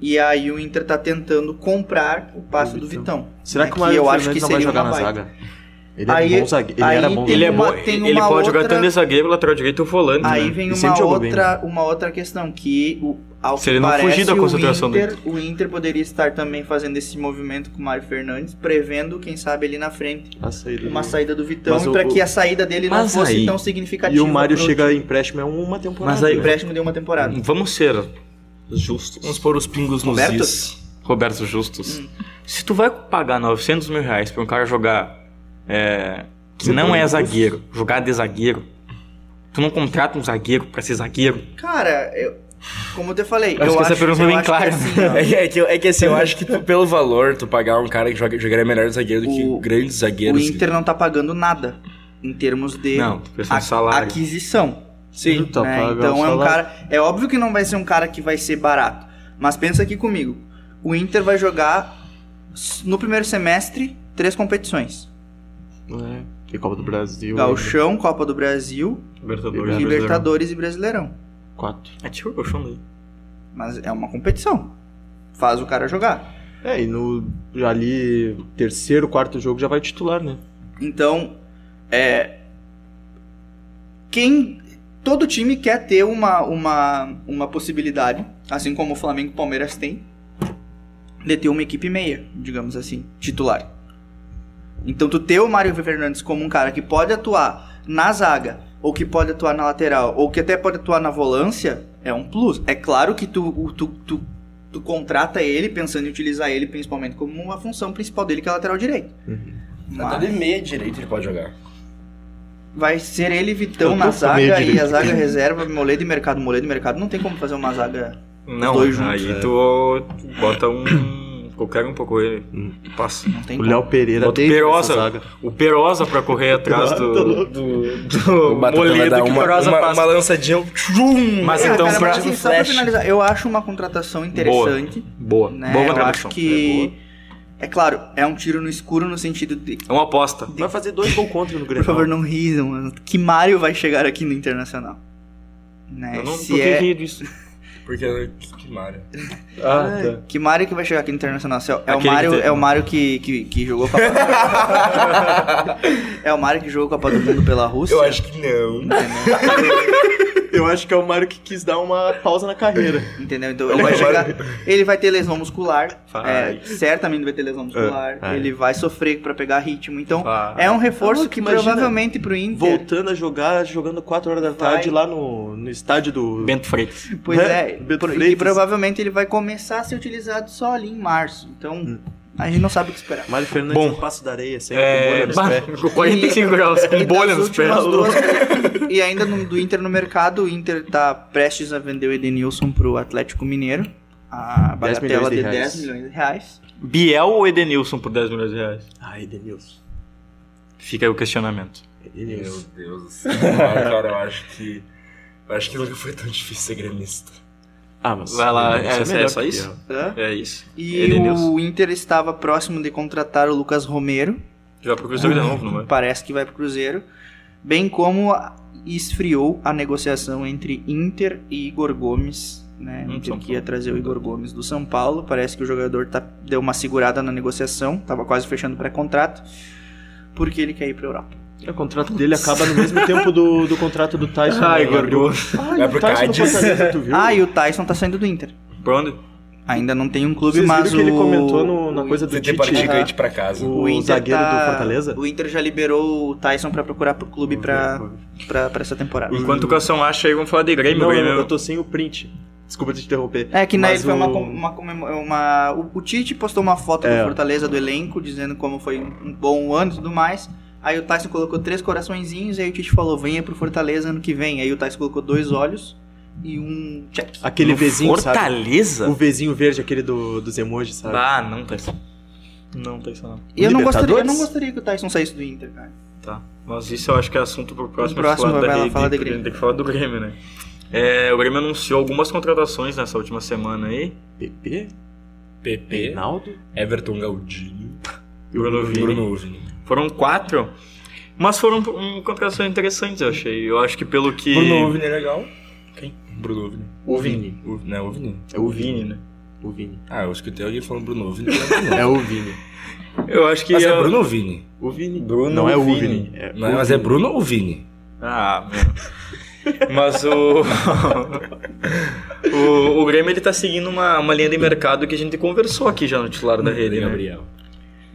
Speaker 1: E aí o Inter tá tentando comprar o passo
Speaker 5: O
Speaker 1: do
Speaker 5: Vitão.
Speaker 1: Vitão.
Speaker 5: Será
Speaker 1: né,
Speaker 5: que o Mario
Speaker 1: eu acho que
Speaker 5: Fernandes não vai
Speaker 1: seria
Speaker 5: jogar
Speaker 1: uma
Speaker 5: na
Speaker 1: baita.
Speaker 5: zaga? Ele é
Speaker 1: Aí-
Speaker 5: bom zagueiro. Ele
Speaker 1: aí
Speaker 5: era bom
Speaker 1: tem
Speaker 4: Ele é
Speaker 5: zagueiro.
Speaker 4: bom.
Speaker 1: uma- tem
Speaker 4: Ele
Speaker 1: uma
Speaker 4: pode jogar
Speaker 1: outra-
Speaker 4: tanto de zagueiro, lateral direito ou volante.
Speaker 1: Aí
Speaker 4: né?
Speaker 1: vem
Speaker 5: Ele
Speaker 1: uma
Speaker 5: sempre jogou bem, né?
Speaker 1: outra, uma outra questão que o ao
Speaker 4: Se
Speaker 1: que
Speaker 4: ele não
Speaker 1: parece,
Speaker 4: fugir da
Speaker 1: o
Speaker 4: concentração do
Speaker 1: Inter, o Inter poderia estar também fazendo esse movimento com o Mário Fernandes, prevendo, quem sabe, ali na frente,
Speaker 5: A saída
Speaker 1: uma
Speaker 5: do-
Speaker 1: saída do Vitão
Speaker 5: Mas o-
Speaker 1: para que
Speaker 5: o-
Speaker 1: a saída dele não
Speaker 4: Mas
Speaker 1: fosse
Speaker 4: aí-
Speaker 1: tão significativa.
Speaker 5: E o Mário
Speaker 1: pro
Speaker 5: chega a empréstimo é uma temporada.
Speaker 4: Mas aí-
Speaker 1: empréstimo de uma temporada.
Speaker 4: Vamos ser justos.
Speaker 2: Vamos pôr os pingos nos
Speaker 1: Roberto?
Speaker 2: is.
Speaker 4: Roberto Justus.
Speaker 1: Hum.
Speaker 4: Se tu vai pagar 900 mil reais pra um cara jogar é, que
Speaker 5: Você
Speaker 4: não
Speaker 5: pode-
Speaker 4: é zagueiro, jogar de zagueiro, tu não contrata um zagueiro pra ser zagueiro?
Speaker 1: Cara, eu, como eu te falei,
Speaker 4: Acho
Speaker 1: eu
Speaker 4: que
Speaker 1: acho,
Speaker 4: essa pergunta
Speaker 1: eu
Speaker 4: é bem
Speaker 1: acho que
Speaker 4: clara.
Speaker 1: assim, ó,
Speaker 2: É que, é, que, eu- é que assim, eu acho que tu, pelo valor, tu pagar um cara que joga, jogaria melhor zagueiro do
Speaker 1: O-
Speaker 2: que grandes
Speaker 1: o
Speaker 2: zagueiros.
Speaker 1: Inter não tá pagando nada em termos de
Speaker 4: Não, tu pensa
Speaker 1: a-
Speaker 4: no salário.
Speaker 1: aquisição.
Speaker 2: Sim.
Speaker 5: Tu tá
Speaker 1: né?
Speaker 5: pagando
Speaker 1: Então é um
Speaker 5: salário.
Speaker 1: cara. É óbvio que não vai ser um cara que vai ser barato. Mas pensa aqui comigo. O Inter vai jogar s- no primeiro semestre três competições:
Speaker 5: É, tem Copa do Brasil.
Speaker 1: Gauchão, Copa do Brasil,
Speaker 5: É,
Speaker 4: Libertadores.
Speaker 5: Libertadores.
Speaker 1: Libertadores e Brasileirão.
Speaker 5: né? Quatro.
Speaker 4: Atira o colchão daí.
Speaker 1: Mas é uma competição. Faz o cara jogar.
Speaker 5: É, e no ali terceiro, quarto jogo já vai titular, né?
Speaker 1: Então, é. Quem. Todo time quer ter uma, uma, uma possibilidade, assim como o Flamengo e o Palmeiras tem, de ter uma equipe meia, digamos assim, titular. Então tu ter o Mário Fernandes como um cara que pode atuar na zaga, ou que pode atuar na lateral, ou que até pode atuar na volância, é um plus. É claro que tu, o- tu, tu, tu contrata ele pensando em utilizar ele principalmente como uma função principal dele, que é a lateral direito.
Speaker 2: Até
Speaker 1: Mas
Speaker 2: de meia direita ele pode jogar.
Speaker 1: vai ser ele
Speaker 5: Eu
Speaker 1: Vitão
Speaker 5: tô
Speaker 1: na
Speaker 5: com medo
Speaker 1: zaga e
Speaker 5: direito.
Speaker 1: a zaga reserva, Moledo e Mercado, Moledo e Mercado. Não tem como fazer uma zaga...
Speaker 4: Não,
Speaker 1: dois juntos, é.
Speaker 4: aí tu bota um. qualquer um pra correr.
Speaker 5: Hum.
Speaker 4: Passa.
Speaker 1: Não tem
Speaker 5: O
Speaker 1: como.
Speaker 5: Léo Pereira
Speaker 4: Bota o
Speaker 5: desde
Speaker 4: Perosa.
Speaker 5: essa zaga.
Speaker 4: O Perosa pra correr atrás do.
Speaker 5: Tá
Speaker 4: do,
Speaker 5: louco.
Speaker 4: do
Speaker 2: O Batata vai
Speaker 4: Moledo
Speaker 2: dar
Speaker 4: que o
Speaker 2: uma,
Speaker 4: Perosa
Speaker 2: uma,
Speaker 4: passa.
Speaker 2: uma lançadinha. um tchum!
Speaker 4: Mas
Speaker 1: É,
Speaker 4: então,
Speaker 1: cara,
Speaker 4: pra-
Speaker 1: mas assim, só pra finalizar, eu acho uma contratação interessante.
Speaker 4: Boa.
Speaker 1: né?
Speaker 4: Boa
Speaker 1: eu acho
Speaker 4: contratação.
Speaker 1: que. É claro, é um tiro no escuro no sentido de.
Speaker 4: É uma aposta.
Speaker 5: Vai fazer dois gols contra no
Speaker 1: Por
Speaker 5: Grêmio.
Speaker 1: favor, não risam, mano. Que Mario vai chegar aqui no Internacional? Né?
Speaker 4: Eu não por
Speaker 1: Se
Speaker 4: que
Speaker 1: é.
Speaker 4: rir disso.
Speaker 2: Porque é que Mário.
Speaker 5: Ah, tá.
Speaker 1: Que Mario que vai chegar aqui no Internacional? Se é- É, o
Speaker 4: Aquele que
Speaker 1: Mario,
Speaker 4: teve-
Speaker 1: é o Mario que, que, que jogou Copa do Mundo. é o Mario que jogou Copa do Mundo pela Rússia.
Speaker 2: Eu acho que não.
Speaker 5: Eu acho que é o Mário que quis dar uma pausa na carreira.
Speaker 1: Entendeu? Então ele vai chegar. Ele vai ter lesão muscular.
Speaker 4: Vai.
Speaker 1: é, certamente vai ter lesão muscular.
Speaker 5: vai.
Speaker 1: Ele vai sofrer pra pegar ritmo. Então,
Speaker 4: Vai.
Speaker 1: é um reforço
Speaker 5: Tá louco,
Speaker 1: que
Speaker 5: imagina.
Speaker 1: provavelmente pro Inter.
Speaker 5: Voltando a jogar, jogando 4 horas da
Speaker 1: Vai.
Speaker 5: tarde lá no, no estádio
Speaker 1: um
Speaker 5: do.
Speaker 4: Bento Freitas.
Speaker 1: Pois
Speaker 5: Né?
Speaker 1: é,
Speaker 5: Beto
Speaker 1: pro- e
Speaker 5: Freitas.
Speaker 1: provavelmente ele vai começar a ser utilizado só ali em março. Então,
Speaker 5: Hum.
Speaker 1: a gente não sabe o que esperar.
Speaker 5: Mário Fernandes
Speaker 4: Bom.
Speaker 5: no passo da areia, sem
Speaker 4: É,
Speaker 5: bolha nos
Speaker 4: bah,
Speaker 5: pés.
Speaker 4: com 45 graus,
Speaker 1: E
Speaker 4: com
Speaker 1: das
Speaker 4: bolha nos pés.
Speaker 1: últimas duas- e ainda no- do Inter no mercado, o Inter tá prestes a vender o Edenilson pro Atlético Mineiro. A
Speaker 5: 10 milhões
Speaker 1: bagatela
Speaker 5: de
Speaker 1: de
Speaker 5: reais.
Speaker 1: 10 milhões de reais.
Speaker 4: Biel ou Edenilson por 10 milhões de reais?
Speaker 5: Ai, Denilson.
Speaker 4: Fica aí o questionamento.
Speaker 2: Meu
Speaker 5: Denilson.
Speaker 2: Deus do céu. Cara, eu acho que. Eu acho que nunca foi tão difícil ser gremista.
Speaker 5: Ah, mas.
Speaker 4: Vai lá,
Speaker 5: Denilson
Speaker 4: é- é
Speaker 5: melhor
Speaker 4: só
Speaker 5: que
Speaker 4: isso?
Speaker 5: Biel.
Speaker 1: Hã?
Speaker 4: É isso.
Speaker 1: E
Speaker 4: Edenilson.
Speaker 1: o Inter estava próximo de contratar o Lucas Romero.
Speaker 4: Já pro Cruzeiro de novo, não é? vai?
Speaker 1: Parece que vai pro Cruzeiro. Bem como a- esfriou a negociação entre Inter e Igor Gomes. Né?
Speaker 4: Hum,
Speaker 1: O Inter
Speaker 4: São
Speaker 1: que ia trazer o Igor Gomes do São Paulo. Parece que o jogador tá, deu uma segurada na negociação. Tava quase fechando o pré-contrato. Porque ele quer ir pra Europa.
Speaker 5: O contrato dele acaba no mesmo tempo do, do contrato do Tyson.
Speaker 4: Ai,
Speaker 5: né, em abril.
Speaker 4: Gorgô.
Speaker 5: Ai,
Speaker 2: Vai
Speaker 5: o
Speaker 2: pro
Speaker 5: Tyson não
Speaker 2: Cádiz.
Speaker 5: fortaleza, tu viu?
Speaker 1: Ah, e o Tyson tá saindo do Inter.
Speaker 4: Pra onde?
Speaker 1: Ainda não tem um clube,
Speaker 5: Vocês
Speaker 1: mas
Speaker 5: viram que ele
Speaker 1: o-
Speaker 5: comentou no- na
Speaker 1: o-
Speaker 5: coisa do
Speaker 2: Você
Speaker 5: Tite? tá?
Speaker 2: tem partida
Speaker 1: Aham.
Speaker 2: gigante pra casa.
Speaker 5: O zagueiro do Fortaleza?
Speaker 1: tá- O Inter já liberou o Tyson pra procurar pro clube pra, pra, pra essa temporada.
Speaker 4: Enquanto o Cação acha aí, vamos falar de Grêmio.
Speaker 5: Não,
Speaker 4: Grêmio.
Speaker 5: eu tô sem o print. Desculpa te interromper.
Speaker 1: É que na
Speaker 5: Mas
Speaker 1: ele foi uma,
Speaker 5: o-
Speaker 1: com- uma, comemo- é uma- o, o Tite postou uma foto
Speaker 5: É.
Speaker 1: do Fortaleza do elenco dizendo como foi um bom ano e tudo mais. Aí o Tyson colocou três coraçõezinhos e aí o Tite falou: "Venha pro Fortaleza ano que vem". Aí o Tyson colocou dois olhos e um check.
Speaker 5: Aquele
Speaker 4: No
Speaker 5: vizinho, sabe?
Speaker 4: Fortaleza?
Speaker 5: O vizinho verde, aquele do, dos emojis, sabe?
Speaker 4: Ah, não, Tyson. Não, Tyson, não.
Speaker 1: E eu não
Speaker 5: Libertadores?
Speaker 1: gostaria, eu não gostaria que o Tyson saísse do Inter, cara.
Speaker 4: Tá. Mas isso eu acho que é assunto para o próximo,
Speaker 1: próximo,
Speaker 4: falar
Speaker 1: vai lá,
Speaker 4: Rede,
Speaker 1: fala do
Speaker 4: porque
Speaker 1: Grêmio.
Speaker 4: Tem que falar do Grêmio, né? É, o Grêmio anunciou algumas contratações nessa última semana aí.
Speaker 5: PP?
Speaker 2: PP,
Speaker 5: Reinaldo?
Speaker 2: Everton Galdino,
Speaker 4: Bruno Vini.
Speaker 2: Bruno Vini.
Speaker 4: Foram quatro, mas foram hum, contratações interessantes, eu achei. Eu acho que pelo que...
Speaker 2: Bruno Vini é legal. Quem? Bruno Vini.
Speaker 4: O Vini.
Speaker 2: O- Não é o Vini.
Speaker 5: É
Speaker 4: O
Speaker 5: o Vini.
Speaker 4: Vini, né?
Speaker 5: O Vini.
Speaker 2: Ah, eu escutei alguém falando Bruno Vini.
Speaker 5: É o Vini.
Speaker 4: Eu acho que...
Speaker 2: Mas é
Speaker 4: eu-
Speaker 2: Bruno Vini.
Speaker 5: O Vini.
Speaker 4: Bruno
Speaker 5: não é o
Speaker 4: Vini.
Speaker 5: Vini. É
Speaker 2: Não
Speaker 5: o
Speaker 2: é- mas é Bruno ou Vini?
Speaker 4: Ah, meu. Mas o... o... O Grêmio, ele tá seguindo uma, uma linha de mercado que a gente conversou aqui já no titular
Speaker 2: Hum,
Speaker 4: da rede, né?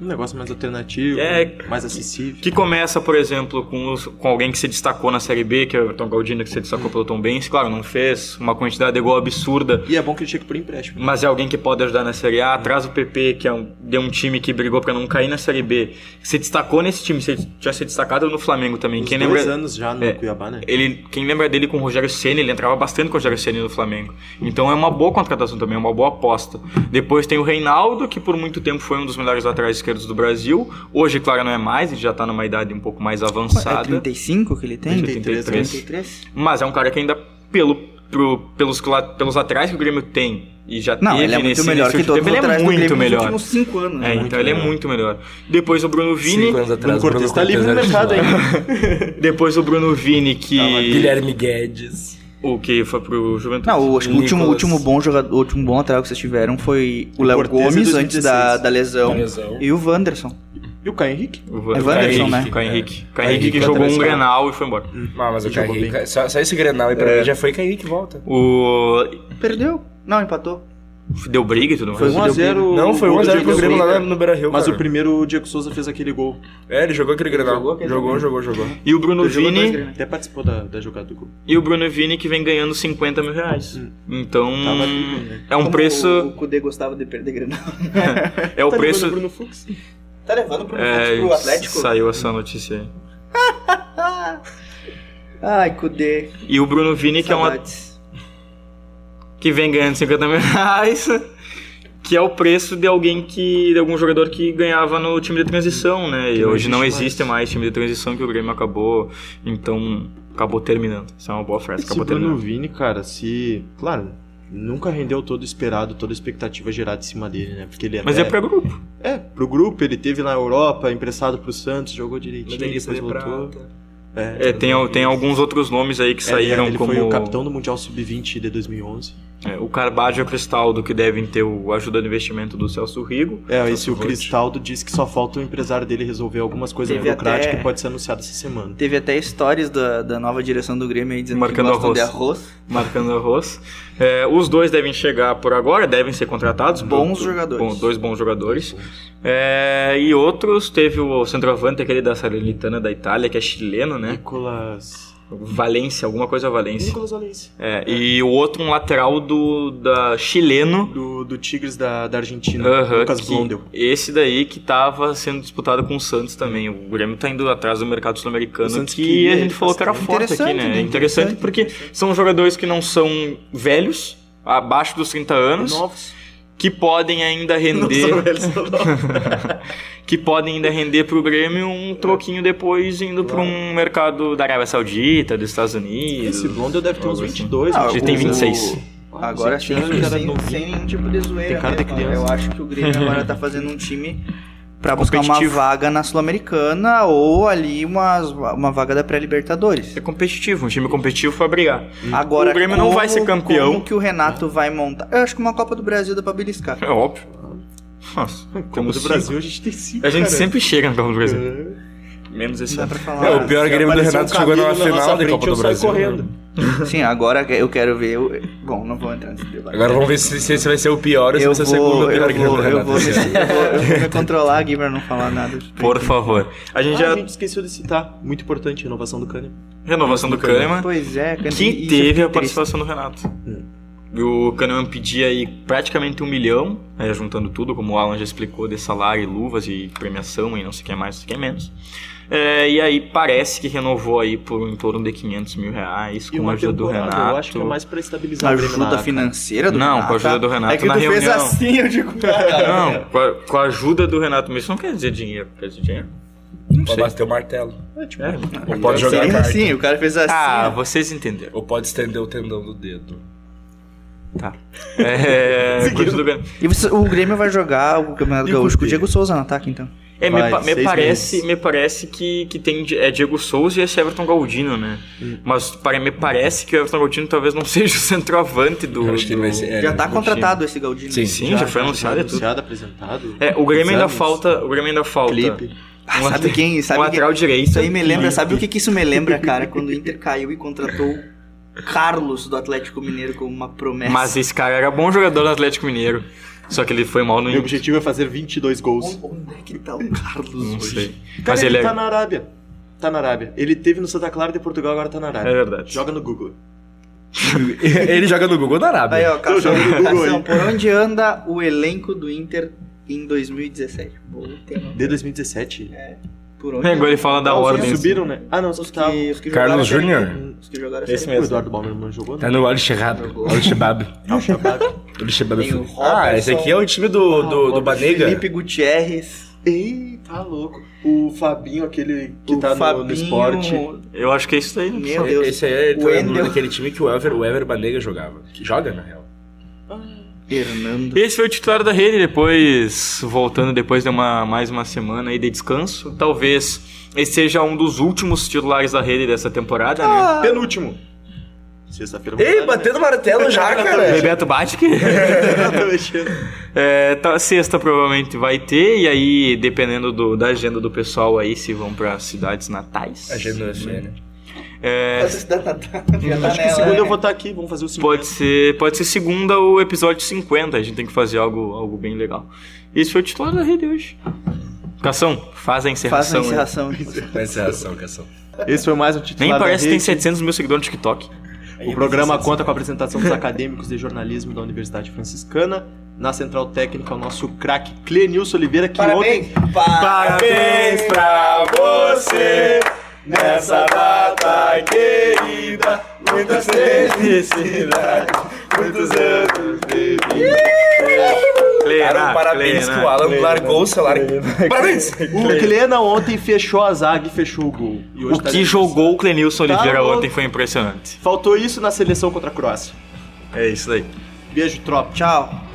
Speaker 5: um negócio mais alternativo,
Speaker 4: É.
Speaker 5: mais acessível.
Speaker 4: Que começa, por exemplo, com, os- com alguém que se destacou na Série B, que é o Everton Galdino, que se destacou pelo Tom Benz. Claro, não fez uma quantidade de gol absurda,
Speaker 5: E é bom que ele chegue por empréstimo.
Speaker 4: mas é alguém que pode ajudar na Série A. Traz o PP, que é um, de um time que brigou pra não cair na Série B. Se destacou nesse time, se, tinha se destacado no Flamengo também.
Speaker 5: Uns
Speaker 4: Quem
Speaker 5: dois
Speaker 4: lembra,
Speaker 5: anos já no
Speaker 4: É.
Speaker 5: Cuiabá, né?
Speaker 4: ele, quem lembra dele com o Rogério Ceni, ele entrava bastante com o Rogério Ceni no Flamengo. Então é uma boa contratação também, é uma boa aposta. Depois tem o Reinaldo, que por muito tempo foi um dos melhores laterais esquerdos do Brasil. Hoje, claro, não é mais, ele já tá numa idade um pouco mais
Speaker 1: É
Speaker 4: avançada.
Speaker 1: 35 que ele tem?
Speaker 4: 33.
Speaker 1: 33?
Speaker 4: mas é um cara que ainda pelo pro- pelos cla- pelos laterais que o Grêmio tem e já
Speaker 1: Não,
Speaker 4: teve
Speaker 1: ele é muito
Speaker 4: nesse
Speaker 1: melhor
Speaker 4: início
Speaker 1: que
Speaker 4: de
Speaker 1: todos
Speaker 4: tempo,
Speaker 1: os
Speaker 4: ele é
Speaker 1: laterais do
Speaker 4: muito
Speaker 1: Grêmio
Speaker 4: melhor.
Speaker 1: nos últimos 5 anos.
Speaker 4: É,
Speaker 1: né?
Speaker 4: então ele é muito melhor. Depois o Bruno Vini,
Speaker 2: Cinco anos atrás,
Speaker 5: Bruno Cortes
Speaker 2: Bruno
Speaker 5: tá livre no
Speaker 2: era
Speaker 5: mercado
Speaker 2: titular.
Speaker 4: depois o Bruno Vini
Speaker 1: Tá,
Speaker 4: que
Speaker 2: Guilherme Guedes.
Speaker 4: o que foi pro Juventude.
Speaker 1: é- Não, o- acho que o último,
Speaker 2: Nicolas.
Speaker 1: último bom jogador, o último bom lateral que vocês tiveram foi o Léo
Speaker 5: Cortez em
Speaker 1: Gomes
Speaker 5: 2016.
Speaker 1: antes da, da lesão.
Speaker 2: Lesão.
Speaker 1: E o Wanderson.
Speaker 5: E o Caio Henrique?
Speaker 4: O Van-
Speaker 1: É
Speaker 4: o
Speaker 1: Wanderson,
Speaker 4: Caio
Speaker 1: né?
Speaker 4: Henrique, Caio Henrique. Caio
Speaker 2: Caio
Speaker 4: Henrique que
Speaker 2: Henrique
Speaker 4: jogou um
Speaker 2: atravessou.
Speaker 4: Grenal e foi embora.
Speaker 2: Ah, mas o
Speaker 5: Jogou É.
Speaker 2: Kaique, só, só esse Grenal aí pra mim já foi Kaique volta.
Speaker 4: O...
Speaker 1: Perdeu? Não, empatou.
Speaker 4: Deu briga e tudo mais.
Speaker 5: Foi 1x0.
Speaker 2: Não,
Speaker 4: um
Speaker 2: foi
Speaker 5: o gol do
Speaker 2: 1x0 pro
Speaker 5: Diego
Speaker 2: Grêmio
Speaker 5: Souza.
Speaker 2: lá no Beira Rio.
Speaker 5: Mas o primeiro o Diego Souza fez aquele gol.
Speaker 2: É, ele jogou aquele Grenal. Jogou, jogou, jogou,
Speaker 4: E o Bruno
Speaker 1: Ele jogou dois
Speaker 4: Vini...
Speaker 1: Grenal.
Speaker 5: Até participou da, da jogada do gol.
Speaker 4: E o Bruno Vini que vem ganhando 50 mil reais. Então...
Speaker 5: Tava livre, né?
Speaker 4: É um
Speaker 1: Como
Speaker 4: preço...
Speaker 1: O Kudê gostava de perder Grenal.
Speaker 4: É o
Speaker 5: Tá
Speaker 4: preço...
Speaker 5: ligando o Bruno Fux?
Speaker 1: Tá levando pro,
Speaker 4: É,
Speaker 1: pro Atlético?
Speaker 4: saiu essa notícia aí.
Speaker 1: Ai, Kudê.
Speaker 4: E o Bruno Vini que, é uma,
Speaker 1: saudades.
Speaker 4: que vem ganhando 50 mil reais... Que é o preço de alguém que. de algum jogador que ganhava no time de transição, né? E
Speaker 5: não
Speaker 4: hoje não
Speaker 5: existe
Speaker 4: existe mais time de transição que o Grêmio acabou. Então, acabou terminando. Isso é uma boa frase,
Speaker 5: Esse
Speaker 4: acabou
Speaker 5: Bruno
Speaker 4: terminando.
Speaker 5: Vini, cara, se... Claro, nunca rendeu todo o esperado, toda a expectativa gerada em cima dele, né? Porque ele
Speaker 4: Mas
Speaker 5: até-
Speaker 4: é pra grupo.
Speaker 5: É, pro grupo, ele teve na Europa, emprestado pro Santos, jogou direitinho, depois voltou. É,
Speaker 4: É, tem, al- tem alguns outros nomes aí que saíram
Speaker 5: ele, ele
Speaker 4: como
Speaker 5: foi o capitão do Mundial Sub-20 de 2011.
Speaker 4: é, o Carbajo e o Cristaldo, que devem ter o ajuda de investimento do Celso Rigo.
Speaker 5: É, esse o
Speaker 4: Roth.
Speaker 5: Cristaldo disse que só falta o empresário dele resolver algumas coisas
Speaker 1: Teve
Speaker 5: burocráticas
Speaker 1: até-
Speaker 5: que pode ser anunciado essa semana.
Speaker 1: Teve até histórias da, da nova direção do Grêmio aí dizendo
Speaker 4: Marcando
Speaker 1: que gostam de
Speaker 4: arroz.
Speaker 1: arroz.
Speaker 4: Marcando arroz. É, os dois devem chegar por agora, devem ser contratados.
Speaker 1: Bons
Speaker 4: Do-
Speaker 1: jogadores.
Speaker 4: bom, dois bons jogadores. É, e outros, teve o centroavante, aquele da Salernitana da Itália, que é chileno, né?
Speaker 5: Nicolas...
Speaker 4: Valência, alguma coisa Valência.
Speaker 5: Nicolas Valencia.
Speaker 4: É, e o outro, um lateral do da chileno,
Speaker 5: Do, do Tigres da, da Argentina,
Speaker 4: Aham,
Speaker 5: Lucas
Speaker 4: que-
Speaker 5: Blondel.
Speaker 4: Esse daí que tava sendo disputado com o Santos também. O Grêmio tá indo atrás do mercado
Speaker 5: O
Speaker 4: sul-americano
Speaker 5: Santos
Speaker 4: que
Speaker 5: queria
Speaker 4: a
Speaker 5: ele
Speaker 4: gente falou que era
Speaker 1: bastante.
Speaker 4: forte aqui, né?
Speaker 1: Interessante,
Speaker 4: É
Speaker 1: né?
Speaker 4: interessante
Speaker 1: Interessante,
Speaker 4: porque são jogadores que não são velhos, abaixo dos 30 anos,
Speaker 5: Novos.
Speaker 4: que podem ainda render, que podem ainda render pro Grêmio um troquinho depois indo pra um mercado da Arábia Saudita, dos Estados Unidos.
Speaker 5: Esse Blondel deve ter uns
Speaker 4: Algo assim.
Speaker 5: 22,
Speaker 1: Ah,
Speaker 5: né?
Speaker 1: ele tem
Speaker 5: O-
Speaker 4: 26.
Speaker 5: Ah,
Speaker 1: Agora sim,
Speaker 5: 20 anos, cara
Speaker 1: sem,
Speaker 5: novinho.
Speaker 1: sem nenhum tipo de zoeira.
Speaker 5: Tem cara de
Speaker 1: mesmo.
Speaker 5: criança.
Speaker 1: Eu acho que o Grêmio agora tá fazendo um time pra buscar uma
Speaker 4: Competitivo.
Speaker 1: vaga na Sul-Americana ou ali umas, uma vaga da pré-Libertadores.
Speaker 4: É competitivo, um time competitivo pra brigar.
Speaker 1: Agora,
Speaker 4: Hum. O Grêmio
Speaker 1: como,
Speaker 4: não vai ser campeão. Ah.
Speaker 1: Como que o Renato vai montar? Eu acho que uma Copa do Brasil dá pra beliscar.
Speaker 4: É óbvio. Nossa,
Speaker 5: Como
Speaker 4: temos
Speaker 5: Ah. do
Speaker 4: cinco.
Speaker 5: Brasil, a gente tem cinco.
Speaker 4: A gente
Speaker 5: cara.
Speaker 4: sempre chega na Copa do Brasil.
Speaker 5: É.
Speaker 4: Menos esse
Speaker 1: Dá
Speaker 4: ano.
Speaker 1: pra falar.
Speaker 2: É, o pior
Speaker 5: Se
Speaker 2: Grêmio do
Speaker 5: aparecer
Speaker 2: Renato
Speaker 5: um
Speaker 2: chegou na
Speaker 5: cabelo na
Speaker 2: final
Speaker 5: nossa
Speaker 2: da
Speaker 5: frente,
Speaker 2: Copa
Speaker 5: eu
Speaker 2: do
Speaker 5: saio
Speaker 2: Brasil.
Speaker 5: correndo.
Speaker 2: né?
Speaker 1: Sim, Assim, agora eu quero ver. o- Bom, não vou entrar nesse debate.
Speaker 2: Agora vamos ver se, se esse vai ser o pior ou se
Speaker 1: eu
Speaker 2: vai ser
Speaker 1: vou,
Speaker 2: o segundo
Speaker 1: eu,
Speaker 2: pior Grêmio
Speaker 1: vou,
Speaker 2: do
Speaker 1: eu,
Speaker 2: Renato.
Speaker 1: vou me, eu, vou, eu vou me controlar aqui pra não falar nada.
Speaker 4: Por favor. A gente
Speaker 5: Ah,
Speaker 4: já.
Speaker 5: a gente esqueceu de citar. Muito importante, a renovação do Cânion.
Speaker 4: Renovação do Kahneman,
Speaker 1: Pois é, cara,
Speaker 4: que
Speaker 1: isso eu
Speaker 4: teve
Speaker 1: fiquei
Speaker 4: a
Speaker 1: triste.
Speaker 4: participação do Renato.
Speaker 5: É.
Speaker 4: E O Kahneman pedia aí praticamente um milhão, é, juntando tudo, como o Alan já explicou, de salário e luvas e premiação e não sei o que mais, não sei o que menos. É, e aí parece que renovou aí por em torno de 500 mil reais
Speaker 5: E
Speaker 4: com a
Speaker 5: uma
Speaker 4: ajuda do
Speaker 5: temporada,
Speaker 4: Renato.
Speaker 5: eu acho que é mais pra
Speaker 1: A
Speaker 5: estabilizar o Grêmio
Speaker 1: ajuda
Speaker 5: na A,
Speaker 1: financeira do
Speaker 4: Não,
Speaker 1: Renato.
Speaker 4: com a ajuda do Renato
Speaker 1: É que
Speaker 4: na
Speaker 1: tu fez
Speaker 4: reunião.
Speaker 1: assim, eu digo.
Speaker 4: Não, com a, com a ajuda do Renato, mas isso não quer dizer dinheiro, quer dizer dinheiro.
Speaker 2: Não pode bater o martelo.
Speaker 4: É,
Speaker 2: Ou pode jogar a
Speaker 1: Seria
Speaker 2: carta.
Speaker 1: assim, o cara fez assim.
Speaker 5: é.
Speaker 4: Ah,
Speaker 1: ó.
Speaker 4: vocês entenderam.
Speaker 2: Ou pode estender o tendão do dedo.
Speaker 4: Tá. É, mas tudo bem.
Speaker 1: E você- o Grêmio vai jogar o Campeonato
Speaker 5: E
Speaker 1: Gaúcho
Speaker 5: com
Speaker 1: com
Speaker 5: o
Speaker 1: o Diego Souza no ataque, então.
Speaker 4: É, me,
Speaker 5: Vai,
Speaker 4: pa- me
Speaker 5: seis
Speaker 4: parece,
Speaker 5: meses.
Speaker 4: me parece que, que tem Di- é Diego Souza e esse Everton Galdino, né?
Speaker 5: Hum.
Speaker 4: Mas para, me parece que o Everton Galdino talvez não seja o centroavante do.
Speaker 2: Eu acho que
Speaker 4: do-
Speaker 2: vai ser- é,
Speaker 1: Já tá
Speaker 2: do
Speaker 1: contratado esse Galdino.
Speaker 2: Sim.
Speaker 4: Sim, já, foi anunciado e tudo.
Speaker 5: anunciado, apresentado.
Speaker 4: É, o Grêmio ainda
Speaker 5: Exames,
Speaker 4: falta. O Grêmio ainda falta.
Speaker 5: Clipe.
Speaker 1: Ah, sabe quem? Sabe
Speaker 4: um
Speaker 1: quem-
Speaker 4: lateral direito.
Speaker 1: Isso aí me lembra, sabe o que, que isso me lembra, cara? Quando o Inter caiu e contratou o Carlos do Atlético Mineiro como uma promessa.
Speaker 4: Mas esse cara era bom jogador do Atlético Mineiro. Só que ele foi mal no
Speaker 5: Meu objetivo é fazer 22 gols.
Speaker 1: O- Onde é que tá o Carlos
Speaker 4: Não
Speaker 1: hoje?
Speaker 4: sei.
Speaker 5: Cara,
Speaker 4: Mas
Speaker 5: ele,
Speaker 4: ele é.
Speaker 5: tá na Arábia. Tá na Arábia. Ele teve no Santa Clara de Portugal, agora tá na
Speaker 4: É
Speaker 5: Arábia.
Speaker 4: verdade.
Speaker 5: Joga no Google.
Speaker 2: time. Ele joga no Google da
Speaker 1: Aí,
Speaker 2: Arábia.
Speaker 1: ó, Cação,
Speaker 5: jogo do Google
Speaker 1: Cação,
Speaker 5: aí.
Speaker 1: por onde anda o elenco do Inter em 2017? Boa, tema.
Speaker 5: De 2017.
Speaker 1: Por onde
Speaker 4: É, agora ele fala da
Speaker 5: Ah, os que
Speaker 4: ordem.
Speaker 5: subiram, né? Ah, não, só
Speaker 1: Os
Speaker 5: que tava.
Speaker 1: que, os que
Speaker 2: Carlos
Speaker 1: jogaram a Série
Speaker 2: Júnior?
Speaker 1: B, Os que jogaram a
Speaker 4: Esse
Speaker 1: Série B.
Speaker 5: O
Speaker 4: mesmo.
Speaker 5: Eduardo Balmer não jogou, né?
Speaker 2: Tá no Al-Shebab. Al-Shebab. Al-Shebab.
Speaker 1: Tem o
Speaker 2: Ah, esse aqui é o time do, do, do Banega.
Speaker 1: Felipe Gutierrez.
Speaker 5: Ei, tá louco. O Fabinho, aquele que
Speaker 1: o
Speaker 5: tá no-
Speaker 1: Fabinho,
Speaker 5: no esporte.
Speaker 4: Eu acho que é isso aí. não
Speaker 1: Meu
Speaker 4: sei.
Speaker 1: Deus.
Speaker 2: Esse aí é
Speaker 1: O Wendel.
Speaker 2: treinador daquele time que o Ever, o Ever Banega jogava. Que joga, na real.
Speaker 1: Fernando.
Speaker 4: Esse foi o titular da rede, depois, voltando depois de uma, mais uma semana aí de descanso. Talvez esse seja um dos últimos titulares da rede dessa temporada,
Speaker 5: Ah,
Speaker 4: né?
Speaker 5: Penúltimo. Sexta-feira.
Speaker 2: Ei,
Speaker 5: vamos
Speaker 2: batendo martelo já, cara.
Speaker 4: Bebeto Batic.
Speaker 5: lá, né? Tá mexendo.
Speaker 4: é, tá, sexta provavelmente vai ter, e aí, dependendo do- da agenda do pessoal aí, se vão pra cidades natais.
Speaker 2: Agenda do FN.
Speaker 4: É,
Speaker 1: Essa cidade tá- tá- já tá
Speaker 5: Acho que
Speaker 1: nela,
Speaker 5: segunda
Speaker 1: né?
Speaker 5: eu vou estar aqui, vamos fazer o segundo.
Speaker 4: Pode ser, pode ser segunda ou episódio 50. A gente tem que fazer algo, algo bem legal. Esse foi o titular da rede hoje. Cação, faz a
Speaker 1: Faz a
Speaker 4: encerração. né?
Speaker 1: encerração.
Speaker 2: Vai ser ação, Cação.
Speaker 5: Esse foi mais um titular
Speaker 4: Nem
Speaker 5: da
Speaker 4: parece que tem
Speaker 5: rede.
Speaker 4: 700 mil seguidores no TikTok.
Speaker 5: O programa conta com a apresentação dos acadêmicos de jornalismo da Universidade Franciscana. Na Central Técnica, o nosso craque Clenilson Oliveira, que ontem...
Speaker 1: Parabéns.
Speaker 5: Parabéns pra você nessa data querida. Muitas
Speaker 2: né?
Speaker 5: felicidades, muitos anos de vida. né?
Speaker 2: Cara, um parabéns que o Alan largou o celular. Parabéns!
Speaker 5: O Clena ontem fechou a zaga e fechou o gol. E hoje
Speaker 4: O
Speaker 5: tá
Speaker 4: que
Speaker 5: na
Speaker 4: jogou o Clenilson
Speaker 5: Tá
Speaker 4: Oliveira
Speaker 5: louco.
Speaker 4: ontem foi impressionante.
Speaker 5: seleção. Faltou isso na seleção contra a Croácia.
Speaker 4: É isso aí.
Speaker 5: Beijo, tropa.
Speaker 1: Tchau.